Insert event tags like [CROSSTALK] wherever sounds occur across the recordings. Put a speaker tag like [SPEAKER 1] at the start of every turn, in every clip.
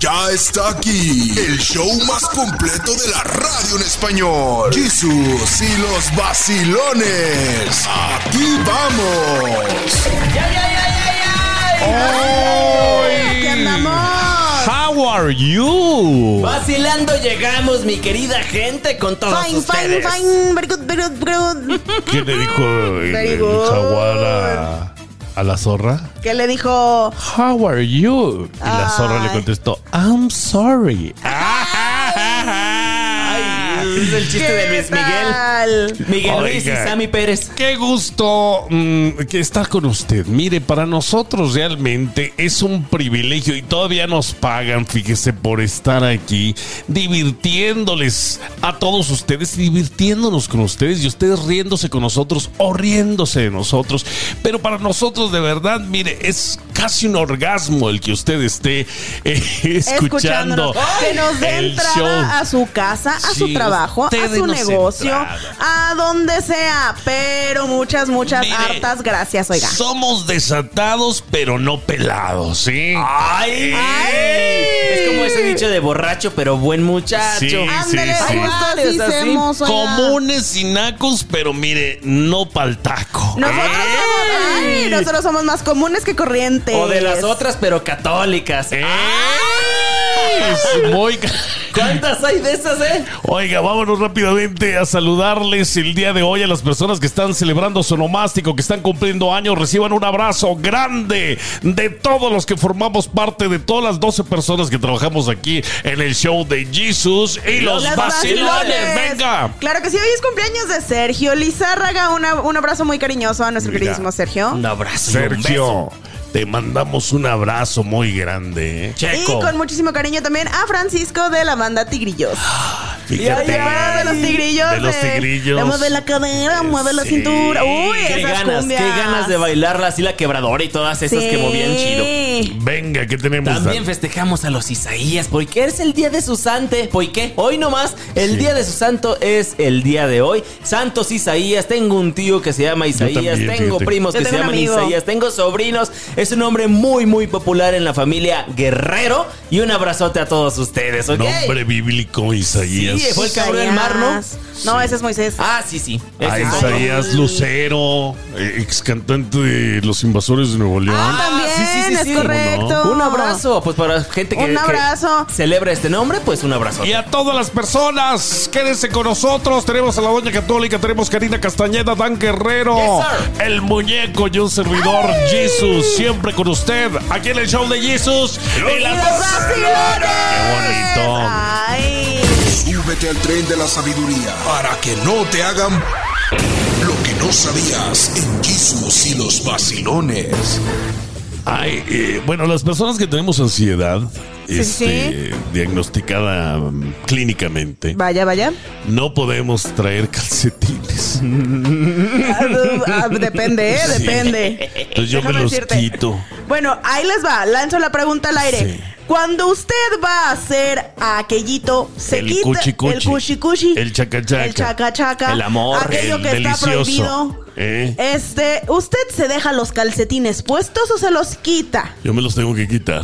[SPEAKER 1] Ya está aquí el show más completo de la radio en español. Jesús y los vacilones. Aquí vamos.
[SPEAKER 2] ¡Ya, ya, ya, ya,
[SPEAKER 3] ¡Aquí andamos!
[SPEAKER 4] How are
[SPEAKER 3] Oh.
[SPEAKER 4] you?
[SPEAKER 2] Vacilando llegamos, mi querida gente, con todos
[SPEAKER 3] Fine, fine,
[SPEAKER 2] ustedes.
[SPEAKER 3] fine. Very good, very good, very good.
[SPEAKER 4] ¿Qué le dijo el,
[SPEAKER 3] Very
[SPEAKER 4] el
[SPEAKER 3] good.
[SPEAKER 4] jaguar a, a la zorra?
[SPEAKER 3] ¿Qué le dijo?
[SPEAKER 4] How are you? Y la zorra le
[SPEAKER 3] Ay.
[SPEAKER 4] contestó, I'm sorry.
[SPEAKER 2] Ay, es el chiste de Luis Miguel.
[SPEAKER 3] tal?
[SPEAKER 2] Miguel Luis y
[SPEAKER 4] Oiga.
[SPEAKER 2] Sammy Pérez.
[SPEAKER 4] Qué gusto mm, que estar con usted. Mire, para nosotros realmente es un privilegio y todavía nos pagan, fíjese, por estar aquí divirtiéndoles a todos ustedes, divirtiéndonos con ustedes y ustedes riéndose con nosotros o riéndose de nosotros. Pero para nosotros, de verdad, mire, es casi un orgasmo el que usted esté eh, [LAUGHS] escuchando
[SPEAKER 3] Escuchándonos. Oh, Que nos dé
[SPEAKER 4] el
[SPEAKER 3] entrada
[SPEAKER 4] show.
[SPEAKER 3] a su casa, a su
[SPEAKER 4] Sí,
[SPEAKER 3] trabajo, a
[SPEAKER 4] usted
[SPEAKER 3] su
[SPEAKER 4] denos
[SPEAKER 3] negocio,
[SPEAKER 4] entrada.
[SPEAKER 3] a donde sea. Pero muchas, muchas
[SPEAKER 4] Mire,
[SPEAKER 3] hartas gracias, oiga.
[SPEAKER 4] Somos desatados, pero no pelados, ¿sí?
[SPEAKER 2] Ay.
[SPEAKER 3] Ay.
[SPEAKER 2] Es como ese dicho de borracho, pero buen muchacho.
[SPEAKER 4] Sí.
[SPEAKER 3] Ándale,
[SPEAKER 4] sí, sí.
[SPEAKER 3] justo
[SPEAKER 2] Ay,
[SPEAKER 3] así
[SPEAKER 2] es así.
[SPEAKER 3] hacemos, oiga.
[SPEAKER 4] Comunes y nacos, pero mire, no pa'l taco.
[SPEAKER 3] Nosotros somos, ay, nosotros somos más comunes que corrientes.
[SPEAKER 2] O de las otras, pero católicas.
[SPEAKER 4] ¡Eh! Es muy ca-
[SPEAKER 2] ¿Cuántas hay de esas, eh?
[SPEAKER 4] Oiga, vámonos rápidamente a saludarles el día de hoy a las personas que están celebrando su nomástico, que están cumpliendo años. Reciban un abrazo grande de todos los que formamos parte de todas las 12 personas que trabajamos aquí en el show de Jesus y los
[SPEAKER 3] Las
[SPEAKER 4] vacilones.
[SPEAKER 3] vacilones.
[SPEAKER 4] ¡Venga!
[SPEAKER 3] Claro que sí, hoy es cumpleaños de Sergio Lizárraga. Una- un abrazo muy cariñoso a nuestro
[SPEAKER 4] Mira.
[SPEAKER 3] queridísimo Sergio.
[SPEAKER 2] Un abrazo. y un beso.
[SPEAKER 4] Sergio, te mandamos un abrazo muy grande. ¿eh?
[SPEAKER 3] Y
[SPEAKER 2] Checo.
[SPEAKER 3] con muchísimo cariño también a Francisco de la banda Tigrillos.
[SPEAKER 4] Fíjate.
[SPEAKER 2] Ay, ay,
[SPEAKER 3] de los tigrillos.
[SPEAKER 4] De los
[SPEAKER 3] eh,
[SPEAKER 4] tigrillos.
[SPEAKER 3] le mueve la cadera, mueve la
[SPEAKER 4] Sí.
[SPEAKER 3] cintura. Uy,
[SPEAKER 2] Qué
[SPEAKER 3] esas
[SPEAKER 2] ganas,
[SPEAKER 3] cumbias.
[SPEAKER 2] qué ganas de bailarla así la quebradora y todas esas que
[SPEAKER 3] Sí.
[SPEAKER 2] movían chido.
[SPEAKER 4] Venga, ¿qué tenemos?
[SPEAKER 2] También
[SPEAKER 4] Dan?
[SPEAKER 2] festejamos a los Isaías, porque es el día de su sante. ¿Por qué? Hoy nomás, el día de su santo es el día de hoy. Santos Isaías, tengo un tío que se llama Isaías,
[SPEAKER 4] también,
[SPEAKER 2] tengo
[SPEAKER 4] fíjate.
[SPEAKER 2] primos
[SPEAKER 3] Yo
[SPEAKER 2] que se
[SPEAKER 3] tengo un
[SPEAKER 2] llaman
[SPEAKER 3] amigo.
[SPEAKER 2] Isaías, tengo sobrinos. Es un hombre muy, muy popular en la familia Guerrero. Y un abrazote a todos ustedes, ¿ok?
[SPEAKER 4] Nombre bíblico Isaías.
[SPEAKER 2] Sí, fue el cabrón del mar, ¿no?
[SPEAKER 3] Isaías. No, ese es Moisés.
[SPEAKER 2] Ah, sí, sí. Ese
[SPEAKER 4] Ah,
[SPEAKER 2] es otro.
[SPEAKER 4] Isaías Lucero, eh, ex cantante de Los Invasores de Nuevo León.
[SPEAKER 3] Ah, también, es correcto.
[SPEAKER 2] Un abrazo, pues para gente que,
[SPEAKER 3] Un
[SPEAKER 2] que
[SPEAKER 3] abrazo.
[SPEAKER 2] celebra este nombre, pues un abrazo.
[SPEAKER 4] Y a todas las personas, quédense con nosotros. Tenemos a la Doña Católica, tenemos Karina Castañeda, Dan Guerrero,
[SPEAKER 2] Yes,
[SPEAKER 4] el muñeco y un servidor, Jesus, siempre con usted, aquí en el show de Jesus. Y
[SPEAKER 3] ¡Y
[SPEAKER 4] las
[SPEAKER 3] los vacilones!
[SPEAKER 4] ¡Qué bonito!
[SPEAKER 3] Ay.
[SPEAKER 1] Súbete al tren de la sabiduría para que no te hagan lo que no sabías en Jesús y los vacilones.
[SPEAKER 4] Ay, eh, bueno, las personas que tenemos ansiedad,
[SPEAKER 3] Sí,
[SPEAKER 4] este, diagnosticada mm, clínicamente,
[SPEAKER 3] Vaya, vaya.
[SPEAKER 4] no podemos traer calcetines.
[SPEAKER 3] Mm. Eh, Ah, depende, eh,
[SPEAKER 4] Sí.
[SPEAKER 3] depende.
[SPEAKER 4] Entonces yo me
[SPEAKER 3] Déjame
[SPEAKER 4] los
[SPEAKER 3] decirte.
[SPEAKER 4] quito.
[SPEAKER 3] Bueno, ahí les va. Lanzo la pregunta al aire.
[SPEAKER 4] Sí.
[SPEAKER 3] Cuando usted va a hacer aquellito, se
[SPEAKER 4] El
[SPEAKER 3] quita
[SPEAKER 4] cuchicuchi.
[SPEAKER 3] el cuchicuchi,
[SPEAKER 4] El chacachaca.
[SPEAKER 3] el chacachaca,
[SPEAKER 2] El amor,
[SPEAKER 3] aquello
[SPEAKER 4] el
[SPEAKER 3] que
[SPEAKER 4] delicioso,
[SPEAKER 3] está prohibido.
[SPEAKER 4] ¿eh?
[SPEAKER 3] Este, ¿usted se deja los calcetines puestos o se los quita?
[SPEAKER 4] Yo me los tengo que quitar.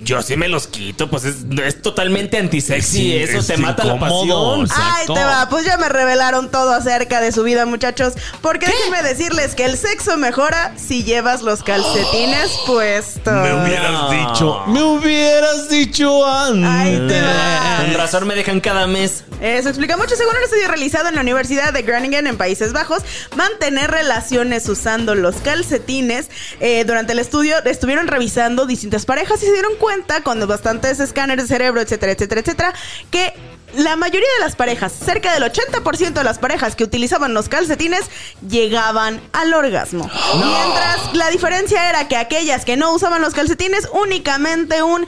[SPEAKER 2] Yo sí me los quito, pues es, es totalmente antisexy.
[SPEAKER 4] Sí,
[SPEAKER 2] eso
[SPEAKER 4] es
[SPEAKER 2] te mata
[SPEAKER 4] incómodo.
[SPEAKER 2] la pasión.
[SPEAKER 4] Exacto.
[SPEAKER 3] Ay, te va, pues ya me revelaron todo acerca de su vida, muchachos. Porque déjenme decirles que el sexo mejora si llevas los calcetines puestos.
[SPEAKER 4] Me hubieras
[SPEAKER 2] No.
[SPEAKER 4] dicho. Me hubieras dicho antes.
[SPEAKER 3] Ay, te va.
[SPEAKER 2] Ah, Con razón me dejan cada mes.
[SPEAKER 3] Eso explica mucho. Según un estudio realizado en la Universidad de Groningen en Países Bajos, mantener relaciones usando los calcetines. eh, durante el estudio estuvieron revisando distintas parejas y se dieron cuenta con bastantes escáneres de cerebro, etcétera, etcétera, etcétera, que la mayoría de las parejas, cerca del 80% de las parejas que utilizaban los calcetines, llegaban al orgasmo. Mientras la diferencia era que aquellas que no usaban los calcetines, únicamente un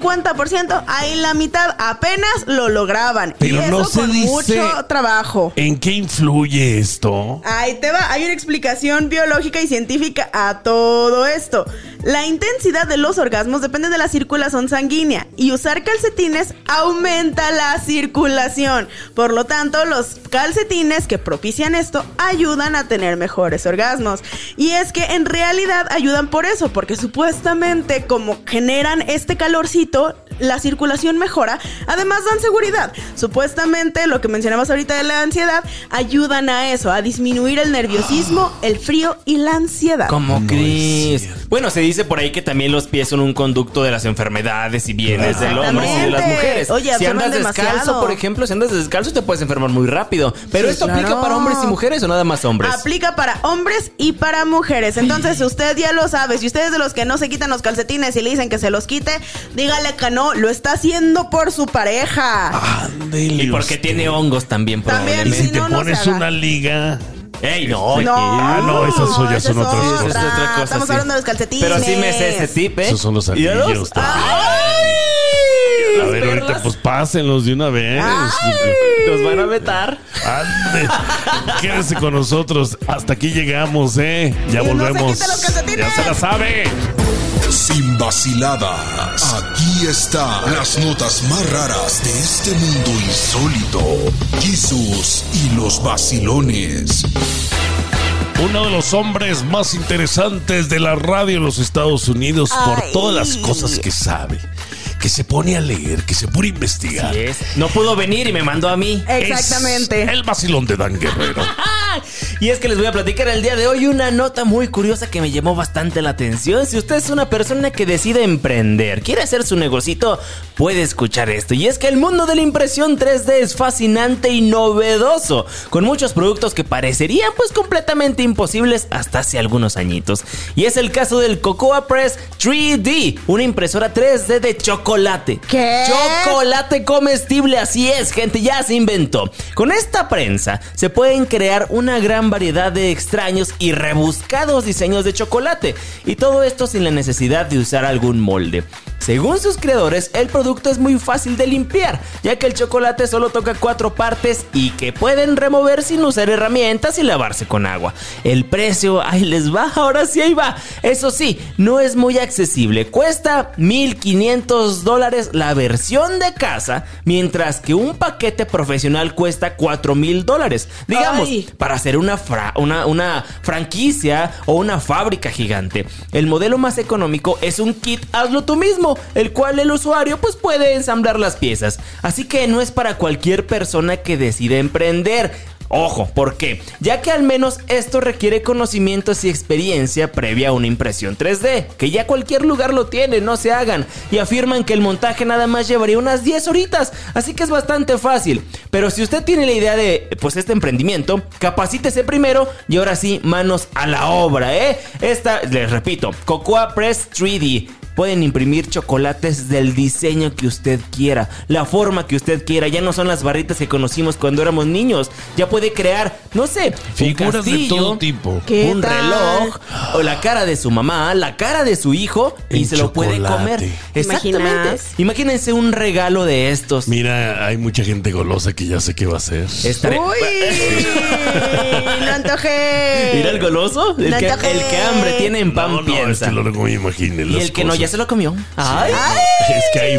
[SPEAKER 3] 50%, ahí la mitad apenas lo lograban.
[SPEAKER 4] Pero
[SPEAKER 3] y eso
[SPEAKER 4] no se
[SPEAKER 3] con
[SPEAKER 4] dice-
[SPEAKER 3] mucho trabajo.
[SPEAKER 4] ¿En qué influye esto?
[SPEAKER 3] Ahí te va, hay una explicación biológica y científica a todo esto. La intensidad de los orgasmos depende de la circulación sanguínea y usar calcetines aumenta la circulación. Por lo tanto, los calcetines que propician esto ayudan a tener mejores orgasmos. Y es que en realidad ayudan por eso, porque supuestamente como generan este calorcito, la circulación mejora. Además dan seguridad. Supuestamente lo que mencionabas ahorita de la ansiedad ayudan a eso, a disminuir el nerviosismo, el frío y la ansiedad.
[SPEAKER 2] Como
[SPEAKER 4] No es
[SPEAKER 2] Cris.
[SPEAKER 4] cierto.
[SPEAKER 2] Bueno, se dice por ahí que también los pies son un conducto de las enfermedades y bienes del hombre y de las
[SPEAKER 3] Exactamente.
[SPEAKER 2] mujeres.
[SPEAKER 3] Oye,
[SPEAKER 2] si andas
[SPEAKER 3] absorben demasiado.
[SPEAKER 2] descalzo, por ejemplo, si andas descalzo te puedes enfermar muy rápido. Pero
[SPEAKER 3] Sí,
[SPEAKER 2] esto aplica
[SPEAKER 3] claro.
[SPEAKER 2] para hombres y mujeres o nada más hombres.
[SPEAKER 3] Aplica para hombres y para mujeres. Entonces, usted ya lo sabe. Si usted es de los que no se quitan los calcetines y le dicen que se los quite, dígale que no. Lo está haciendo por su pareja.
[SPEAKER 4] Ándele
[SPEAKER 2] y porque
[SPEAKER 4] usted.
[SPEAKER 2] tiene hongos también,
[SPEAKER 3] También,
[SPEAKER 4] Y
[SPEAKER 2] probablemente.
[SPEAKER 4] si
[SPEAKER 3] Sí,
[SPEAKER 4] te
[SPEAKER 3] no, no se
[SPEAKER 4] pones
[SPEAKER 3] haga.
[SPEAKER 4] una liga.
[SPEAKER 2] ¡Ey, no!
[SPEAKER 4] Este,
[SPEAKER 3] No,
[SPEAKER 4] Ah, no, esas ollas
[SPEAKER 3] esa
[SPEAKER 4] son
[SPEAKER 3] es
[SPEAKER 4] otras
[SPEAKER 3] otra.
[SPEAKER 4] cosas.
[SPEAKER 2] Esa es otra cosa,
[SPEAKER 3] Estamos
[SPEAKER 2] sí.
[SPEAKER 3] hablando de los calcetines.
[SPEAKER 2] Pero sí me sé ese tip, ¿eh?
[SPEAKER 4] Esos son los
[SPEAKER 2] ¿Y
[SPEAKER 4] anillos,
[SPEAKER 2] otros?
[SPEAKER 4] también.
[SPEAKER 2] ¡Ay!
[SPEAKER 4] A ver, ahorita,
[SPEAKER 2] Perlas.
[SPEAKER 4] pues pásenlos de una vez.
[SPEAKER 2] Nos van a vetar.
[SPEAKER 4] Ande. Quédese con nosotros. Hasta aquí llegamos, ¿eh? Ya
[SPEAKER 3] Y no se
[SPEAKER 4] volvemos.
[SPEAKER 3] quiten los calcetines.
[SPEAKER 4] Ya se la sabe.
[SPEAKER 1] Sin vaciladas, aquí están las notas más raras de este mundo insólito. Jesús y los vacilones.
[SPEAKER 4] Uno de los hombres más interesantes de la radio en los Estados Unidos por
[SPEAKER 3] Ay.
[SPEAKER 4] todas las cosas que sabe, que se pone a leer, que se pone a investigar.
[SPEAKER 2] No pudo venir y me mandó a mí.
[SPEAKER 4] Es
[SPEAKER 3] Exactamente.
[SPEAKER 4] el vacilón de Dan Guerrero.
[SPEAKER 2] Y es que les voy a platicar el día de hoy una nota muy curiosa que me llamó bastante la atención. Si usted es una persona que decide emprender, quiere hacer su negocito, puede escuchar esto. Y es que el mundo de la impresión 3D es fascinante y novedoso, con muchos productos que parecerían pues completamente imposibles hasta hace algunos añitos. Y es el caso del Cocoa Press 3D, una impresora 3D de chocolate.
[SPEAKER 3] ¿Qué?
[SPEAKER 2] Chocolate chocolate comestible, así es, gente, ya se inventó. Con esta prensa se pueden crear una gran variedad de extraños y rebuscados diseños de chocolate, y todo esto sin la necesidad de usar algún molde. Según sus creadores, el producto es muy fácil de limpiar, ya que el chocolate solo toca cuatro partes y que pueden remover sin usar herramientas y lavarse con agua. El precio, ahí les va, [LAUGHS] ahora sí ahí va. Eso sí, no es muy accesible. Cuesta 1500 dólares la versión de casa, mientras que un paquete profesional cuesta 4000 dólares. Digamos,
[SPEAKER 3] Ay.
[SPEAKER 2] para hacer una, fra- una, una franquicia o una fábrica gigante. El modelo más económico es un kit hazlo tú mismo, el cual el usuario pues puede ensamblar las piezas. Así que no es para cualquier persona que decide emprender. Ojo, ¿por qué? Ya que al menos esto requiere conocimientos y experiencia previa a una impresión 3D, que ya cualquier lugar lo tiene, no se hagan, y afirman que el montaje nada más llevaría unas 10 horitas, así que es bastante fácil. Pero si usted tiene la idea de, pues, este emprendimiento, capacítese primero y ahora sí, manos a la obra, ¿eh? Esta, les repito, Cocoa Press 3D. Pueden imprimir chocolates del diseño que usted quiera, la forma que usted quiera. Ya no son las barritas que conocimos cuando éramos niños. Ya puede crear, no sé, un
[SPEAKER 4] Figuras de
[SPEAKER 2] castillo,
[SPEAKER 4] todo tipo.
[SPEAKER 3] ¿Qué
[SPEAKER 2] un
[SPEAKER 3] tal?
[SPEAKER 2] reloj, o la cara de su mamá, la cara de su hijo y
[SPEAKER 4] En
[SPEAKER 2] se lo puede
[SPEAKER 4] chocolate.
[SPEAKER 2] comer.
[SPEAKER 3] ¿Te
[SPEAKER 2] Exactamente.
[SPEAKER 3] imaginas?
[SPEAKER 2] Imagínense un regalo de estos.
[SPEAKER 4] Mira, hay mucha gente golosa que ya sé qué va a hacer.
[SPEAKER 2] Estaré- [LAUGHS]
[SPEAKER 3] Uy, no antojé.
[SPEAKER 2] Mira el goloso, el
[SPEAKER 3] No
[SPEAKER 2] que,
[SPEAKER 3] antojé.
[SPEAKER 2] el que hambre tiene en pan
[SPEAKER 4] no, no,
[SPEAKER 2] piensa.
[SPEAKER 4] Es que luego me imaginen
[SPEAKER 2] y
[SPEAKER 4] las
[SPEAKER 2] el que no ya
[SPEAKER 4] cosas.
[SPEAKER 2] se lo comió. Ay.
[SPEAKER 4] Es
[SPEAKER 3] [LAUGHS]
[SPEAKER 4] que hay,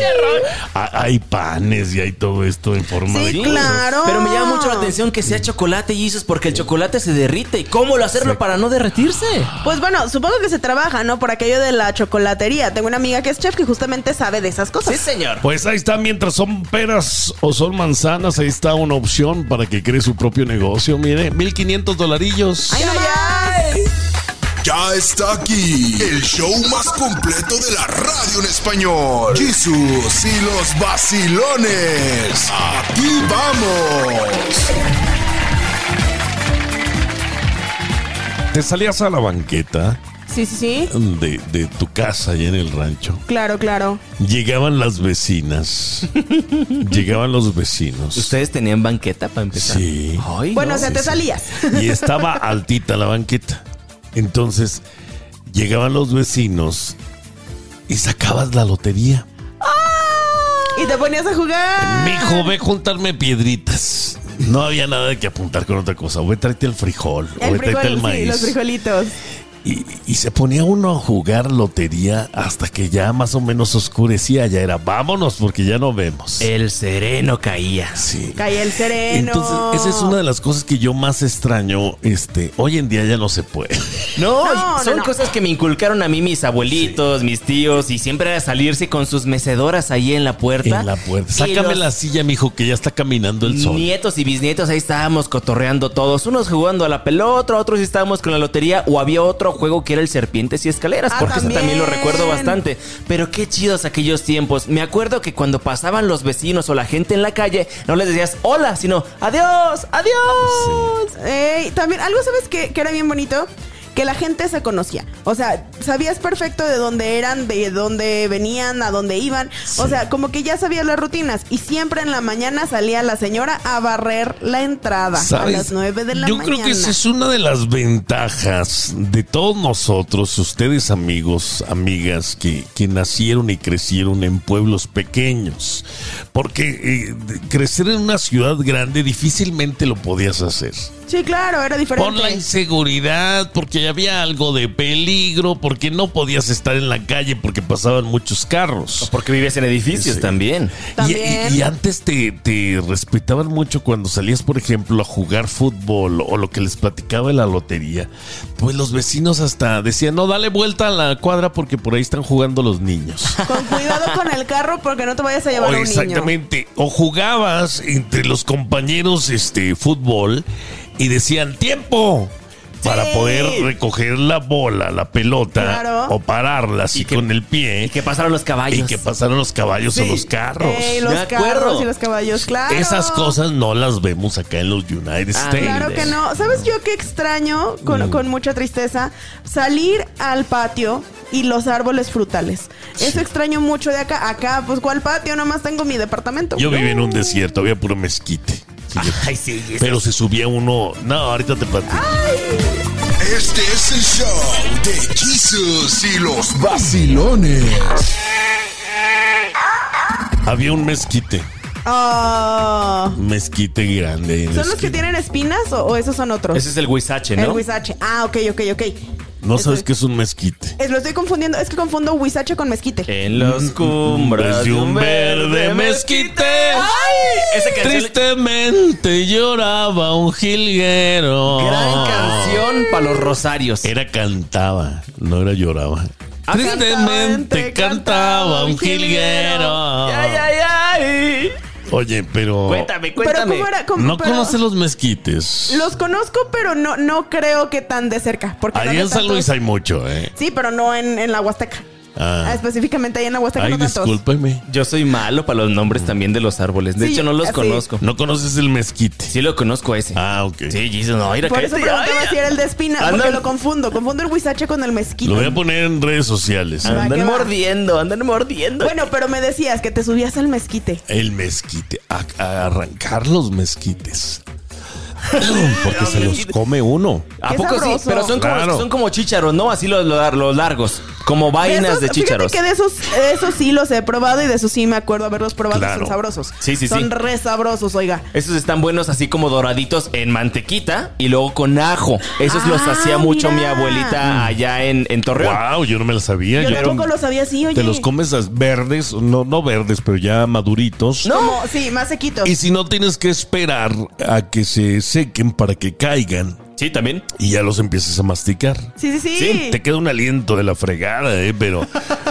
[SPEAKER 4] ha- hay panes y hay todo esto en forma
[SPEAKER 3] Sí,
[SPEAKER 4] de cosas.
[SPEAKER 3] claro.
[SPEAKER 2] Pero me llama mucho la atención que sea chocolate y eso porque el chocolate se derrite. ¿Y cómo lo hacerlo para no derretirse?
[SPEAKER 3] Pues bueno, supongo que se trabaja, ¿no? Por aquello de la chocolatería. Tengo una amiga que es chef que justamente sabe de esas
[SPEAKER 2] Sí,
[SPEAKER 3] cosas.
[SPEAKER 4] [LAUGHS]
[SPEAKER 2] señor.
[SPEAKER 4] Pues ahí está, mientras son peras o son manzanas, ahí está una opción para que cree su propio negocio. Mire, 1500 dolarillos.
[SPEAKER 3] ¡Ay, no más!
[SPEAKER 1] Ya está aquí el show más completo de la radio en español. Jesús y los vacilones. Aquí vamos.
[SPEAKER 4] Te salías a la banqueta
[SPEAKER 3] Sí, sí, sí.
[SPEAKER 4] de, de tu casa allá en el rancho.
[SPEAKER 3] Claro, claro.
[SPEAKER 4] Llegaban las [LAUGHS] vecinas. llegaban los vecinos.
[SPEAKER 2] ¿Ustedes tenían banqueta para empezar?
[SPEAKER 4] Sí.
[SPEAKER 2] Ay,
[SPEAKER 3] Bueno,
[SPEAKER 2] no.
[SPEAKER 3] o sea, te
[SPEAKER 4] sí.
[SPEAKER 3] salías.
[SPEAKER 4] Y estaba altita la banqueta. Entonces, llegaban los vecinos y sacabas la lotería.
[SPEAKER 3] Y te ponías a jugar.
[SPEAKER 4] Mijo, ve juntarme piedritas. No había nada que apuntar con otra cosa. O ve tráete el frijol, o
[SPEAKER 3] El
[SPEAKER 4] ve tráete
[SPEAKER 3] frijol,
[SPEAKER 4] el
[SPEAKER 3] sí,
[SPEAKER 4] maíz.
[SPEAKER 3] los frijolitos.
[SPEAKER 4] Y, y se ponía uno a jugar lotería hasta que ya más o menos oscurecía. Ya era, vámonos porque ya no vemos.
[SPEAKER 3] Eh,
[SPEAKER 2] El sereno caía.
[SPEAKER 4] sí.
[SPEAKER 3] Cae el sereno.
[SPEAKER 4] Entonces, esa es una de las cosas que yo más extraño. Este, hoy en día ya no se puede.
[SPEAKER 2] No,
[SPEAKER 3] No, no,
[SPEAKER 2] son
[SPEAKER 3] no.
[SPEAKER 2] cosas que me inculcaron a mí mis abuelitos, mis tíos, y siempre era salirse con sus mecedoras ahí en la puerta.
[SPEAKER 4] [LAUGHS] En la puerta.
[SPEAKER 2] Y
[SPEAKER 4] Sácame
[SPEAKER 2] los
[SPEAKER 4] la silla, mijo, que ya está caminando el sol.
[SPEAKER 2] Nietos y bisnietos, ahí estábamos cotorreando todos. Unos jugando a la pelota, otros estábamos con la lotería, o había otro juego que era el Serpientes y Escaleras,
[SPEAKER 3] Ah,
[SPEAKER 2] porque eso también lo
[SPEAKER 3] también.
[SPEAKER 2] recuerdo bastante. Pero qué chidos aquellos tiempos. Me acuerdo que cuando pasaban los vecinos o la gente en la calle, no les decías hola, sino adiós, adiós.
[SPEAKER 3] Ey, también, algo sabes que, que era bien bonito. Que la gente se conocía. O sea, sabías perfecto de dónde eran, de dónde venían, a dónde iban. O sea, como que ya sabías las rutinas. Y siempre en la mañana salía la señora a barrer la entrada a
[SPEAKER 4] ¿Sabes?
[SPEAKER 3] las nueve de la
[SPEAKER 4] Yo
[SPEAKER 3] mañana.
[SPEAKER 4] creo que esa es una de las ventajas de todos nosotros, ustedes amigos, amigas, que, que nacieron y crecieron en pueblos pequeños. Porque eh, de- crecer en una ciudad grande difícilmente lo podías hacer.
[SPEAKER 3] Sí, claro, era diferente.
[SPEAKER 4] Por la inseguridad, porque había algo de peligro, porque no podías estar en la calle porque pasaban muchos carros.
[SPEAKER 2] Porque vives en edificios
[SPEAKER 4] Sí.
[SPEAKER 2] también.
[SPEAKER 4] Y,
[SPEAKER 3] También.
[SPEAKER 4] y- y antes te, te respetaban mucho cuando salías, por ejemplo, a jugar fútbol o lo que les platicaba en la lotería. Pues los vecinos hasta decían, no, dale vuelta a la cuadra porque por ahí están jugando los niños.
[SPEAKER 3] [LAUGHS] [LAUGHS] Con cuidado con el carro porque no te vayas a llevar
[SPEAKER 4] O
[SPEAKER 3] a un niño.
[SPEAKER 4] Oh, exactamente. O jugabas entre los compañeros este fútbol y decían tiempo para
[SPEAKER 3] Sí.
[SPEAKER 4] poder recoger la bola, la pelota
[SPEAKER 3] Claro.
[SPEAKER 4] o pararla así
[SPEAKER 2] Y que-
[SPEAKER 4] con el pie
[SPEAKER 2] Y que pasaron los caballos.
[SPEAKER 4] Eh, y que pasaron los caballos o los carros.
[SPEAKER 3] Ey, los
[SPEAKER 2] De acuerdo.
[SPEAKER 3] carros y los caballos, claro.
[SPEAKER 4] Esas cosas no las vemos acá en los United
[SPEAKER 2] Ah,
[SPEAKER 4] States.
[SPEAKER 2] Claro
[SPEAKER 3] Claro que no. ¿Sabes yo qué extraño
[SPEAKER 4] Mm.
[SPEAKER 3] con, con mucha tristeza? Salir al patio y los árboles frutales. Eso extraño mucho de acá. Acá, pues, ¿cuál patio? Nomás tengo mi departamento.
[SPEAKER 4] Yo viví en un desierto, había puro mezquite.
[SPEAKER 3] Ah,
[SPEAKER 2] [LAUGHS]
[SPEAKER 4] fíjate.
[SPEAKER 2] Ay, sí, eso
[SPEAKER 4] Pero se subía uno. No, ahorita te platico.
[SPEAKER 3] Ah.
[SPEAKER 1] Este es el show de Jesus y los vacilones.
[SPEAKER 4] Había un mezquite.
[SPEAKER 3] Ah.
[SPEAKER 4] un Mezquite grande. ahí en la
[SPEAKER 3] ¿Son los que
[SPEAKER 4] esquina.
[SPEAKER 3] tienen espinas o, o esos son otros?
[SPEAKER 2] Ese es el huizache,
[SPEAKER 3] El
[SPEAKER 2] ¿no?
[SPEAKER 3] huizache. Ah, ok, ok, ok.
[SPEAKER 4] No
[SPEAKER 3] Estoy-
[SPEAKER 4] sabes qué es un mezquite.
[SPEAKER 3] Es- lo estoy confundiendo. Es que confundo huizache con mezquite.
[SPEAKER 4] Eh,
[SPEAKER 2] En los cumbres
[SPEAKER 4] Desde un verde mezquite.
[SPEAKER 2] mm,
[SPEAKER 3] Ah,
[SPEAKER 2] Esa canción.
[SPEAKER 4] Tristemente lloraba un jilguero.
[SPEAKER 2] Gran canción para los rosarios.
[SPEAKER 4] Era cantaba, no era lloraba.
[SPEAKER 2] Ah,
[SPEAKER 4] Tristemente cantaba un jilguero.
[SPEAKER 2] Ay, ay, ay.
[SPEAKER 4] Oye,
[SPEAKER 2] Oh.
[SPEAKER 4] pero.
[SPEAKER 2] Cuéntame,
[SPEAKER 3] Pero
[SPEAKER 2] cuéntame.
[SPEAKER 3] ¿cómo era? ¿Cómo-
[SPEAKER 4] No
[SPEAKER 3] pero-
[SPEAKER 4] conoce los mezquites.
[SPEAKER 3] Los conozco, pero no, no creo que tan de cerca. Porque
[SPEAKER 4] Ahí
[SPEAKER 3] no
[SPEAKER 4] en
[SPEAKER 3] hay
[SPEAKER 4] San Luis
[SPEAKER 3] tantos-
[SPEAKER 4] hay mucho, ¿eh?
[SPEAKER 3] Sí, pero no en, en la Huasteca.
[SPEAKER 4] Ah.
[SPEAKER 3] Ah, específicamente ahí en la Huasteca
[SPEAKER 4] Ay,
[SPEAKER 3] no tantos.
[SPEAKER 4] discúlpeme.
[SPEAKER 2] Yo soy malo para los nombres también de los árboles. De
[SPEAKER 3] Sí,
[SPEAKER 2] hecho, Mm. no los
[SPEAKER 3] así.
[SPEAKER 2] conozco.
[SPEAKER 4] No conoces el mezquite.
[SPEAKER 2] Sí lo conozco a ese.
[SPEAKER 4] Ah, ok.
[SPEAKER 2] Sí, Jesus, no, mira,
[SPEAKER 3] Por eso
[SPEAKER 2] cállate.
[SPEAKER 3] preguntaba
[SPEAKER 2] Ay,
[SPEAKER 3] si era el de espina, porque
[SPEAKER 2] Anda-
[SPEAKER 3] lo confundo. Confundo el huizache con el mezquite.
[SPEAKER 4] Lo voy a poner en redes sociales. ¿eh?
[SPEAKER 3] Ah. Va, que
[SPEAKER 2] Andan
[SPEAKER 3] va.
[SPEAKER 2] mordiendo, andan mordiendo.
[SPEAKER 3] Bueno, pero me decías que te subías al mezquite.
[SPEAKER 4] El mezquite. A, a arrancar los
[SPEAKER 3] [LAUGHS]
[SPEAKER 4] mezquites. [CLEARS THROAT] Porque se los come uno.
[SPEAKER 2] ¿A
[SPEAKER 3] Qué
[SPEAKER 2] poco sí?
[SPEAKER 3] sabroso.
[SPEAKER 2] Pero son como,
[SPEAKER 4] Claro.
[SPEAKER 2] son como chícharos, ¿no? Así los, los- los largos. Como vainas
[SPEAKER 3] esos-
[SPEAKER 2] de, chícharos.
[SPEAKER 3] Fíjate que de esos, de esos sí los he probado y de esos sí me acuerdo haberlos probado.
[SPEAKER 4] Claro.
[SPEAKER 3] Son sabrosos.
[SPEAKER 2] Sí, sí, sí.
[SPEAKER 3] Son re sabrosos, oiga.
[SPEAKER 2] Esos están buenos así como doraditos en mantequita y luego con ajo. Esos los
[SPEAKER 3] Ah,
[SPEAKER 2] hacía mucho mi
[SPEAKER 3] mira.
[SPEAKER 4] Mm.
[SPEAKER 2] abuelita allá en, en Torreón.
[SPEAKER 4] Wow, yo no me lo sabía.
[SPEAKER 3] Yo
[SPEAKER 4] Yo
[SPEAKER 3] tampoco
[SPEAKER 4] te-
[SPEAKER 3] lo sabía así, oye.
[SPEAKER 4] Te los comes as- verdes, no, no verdes, pero ya maduritos.
[SPEAKER 3] No. Como- sí, más sequitos.
[SPEAKER 4] Y si no tienes que esperar a que se sequen para que caigan
[SPEAKER 2] Sí, también.
[SPEAKER 4] y ya los empieces a masticar.
[SPEAKER 3] Sí, sí, sí.
[SPEAKER 4] Sí, te queda un aliento de la fregada, eh, [LAUGHS] pero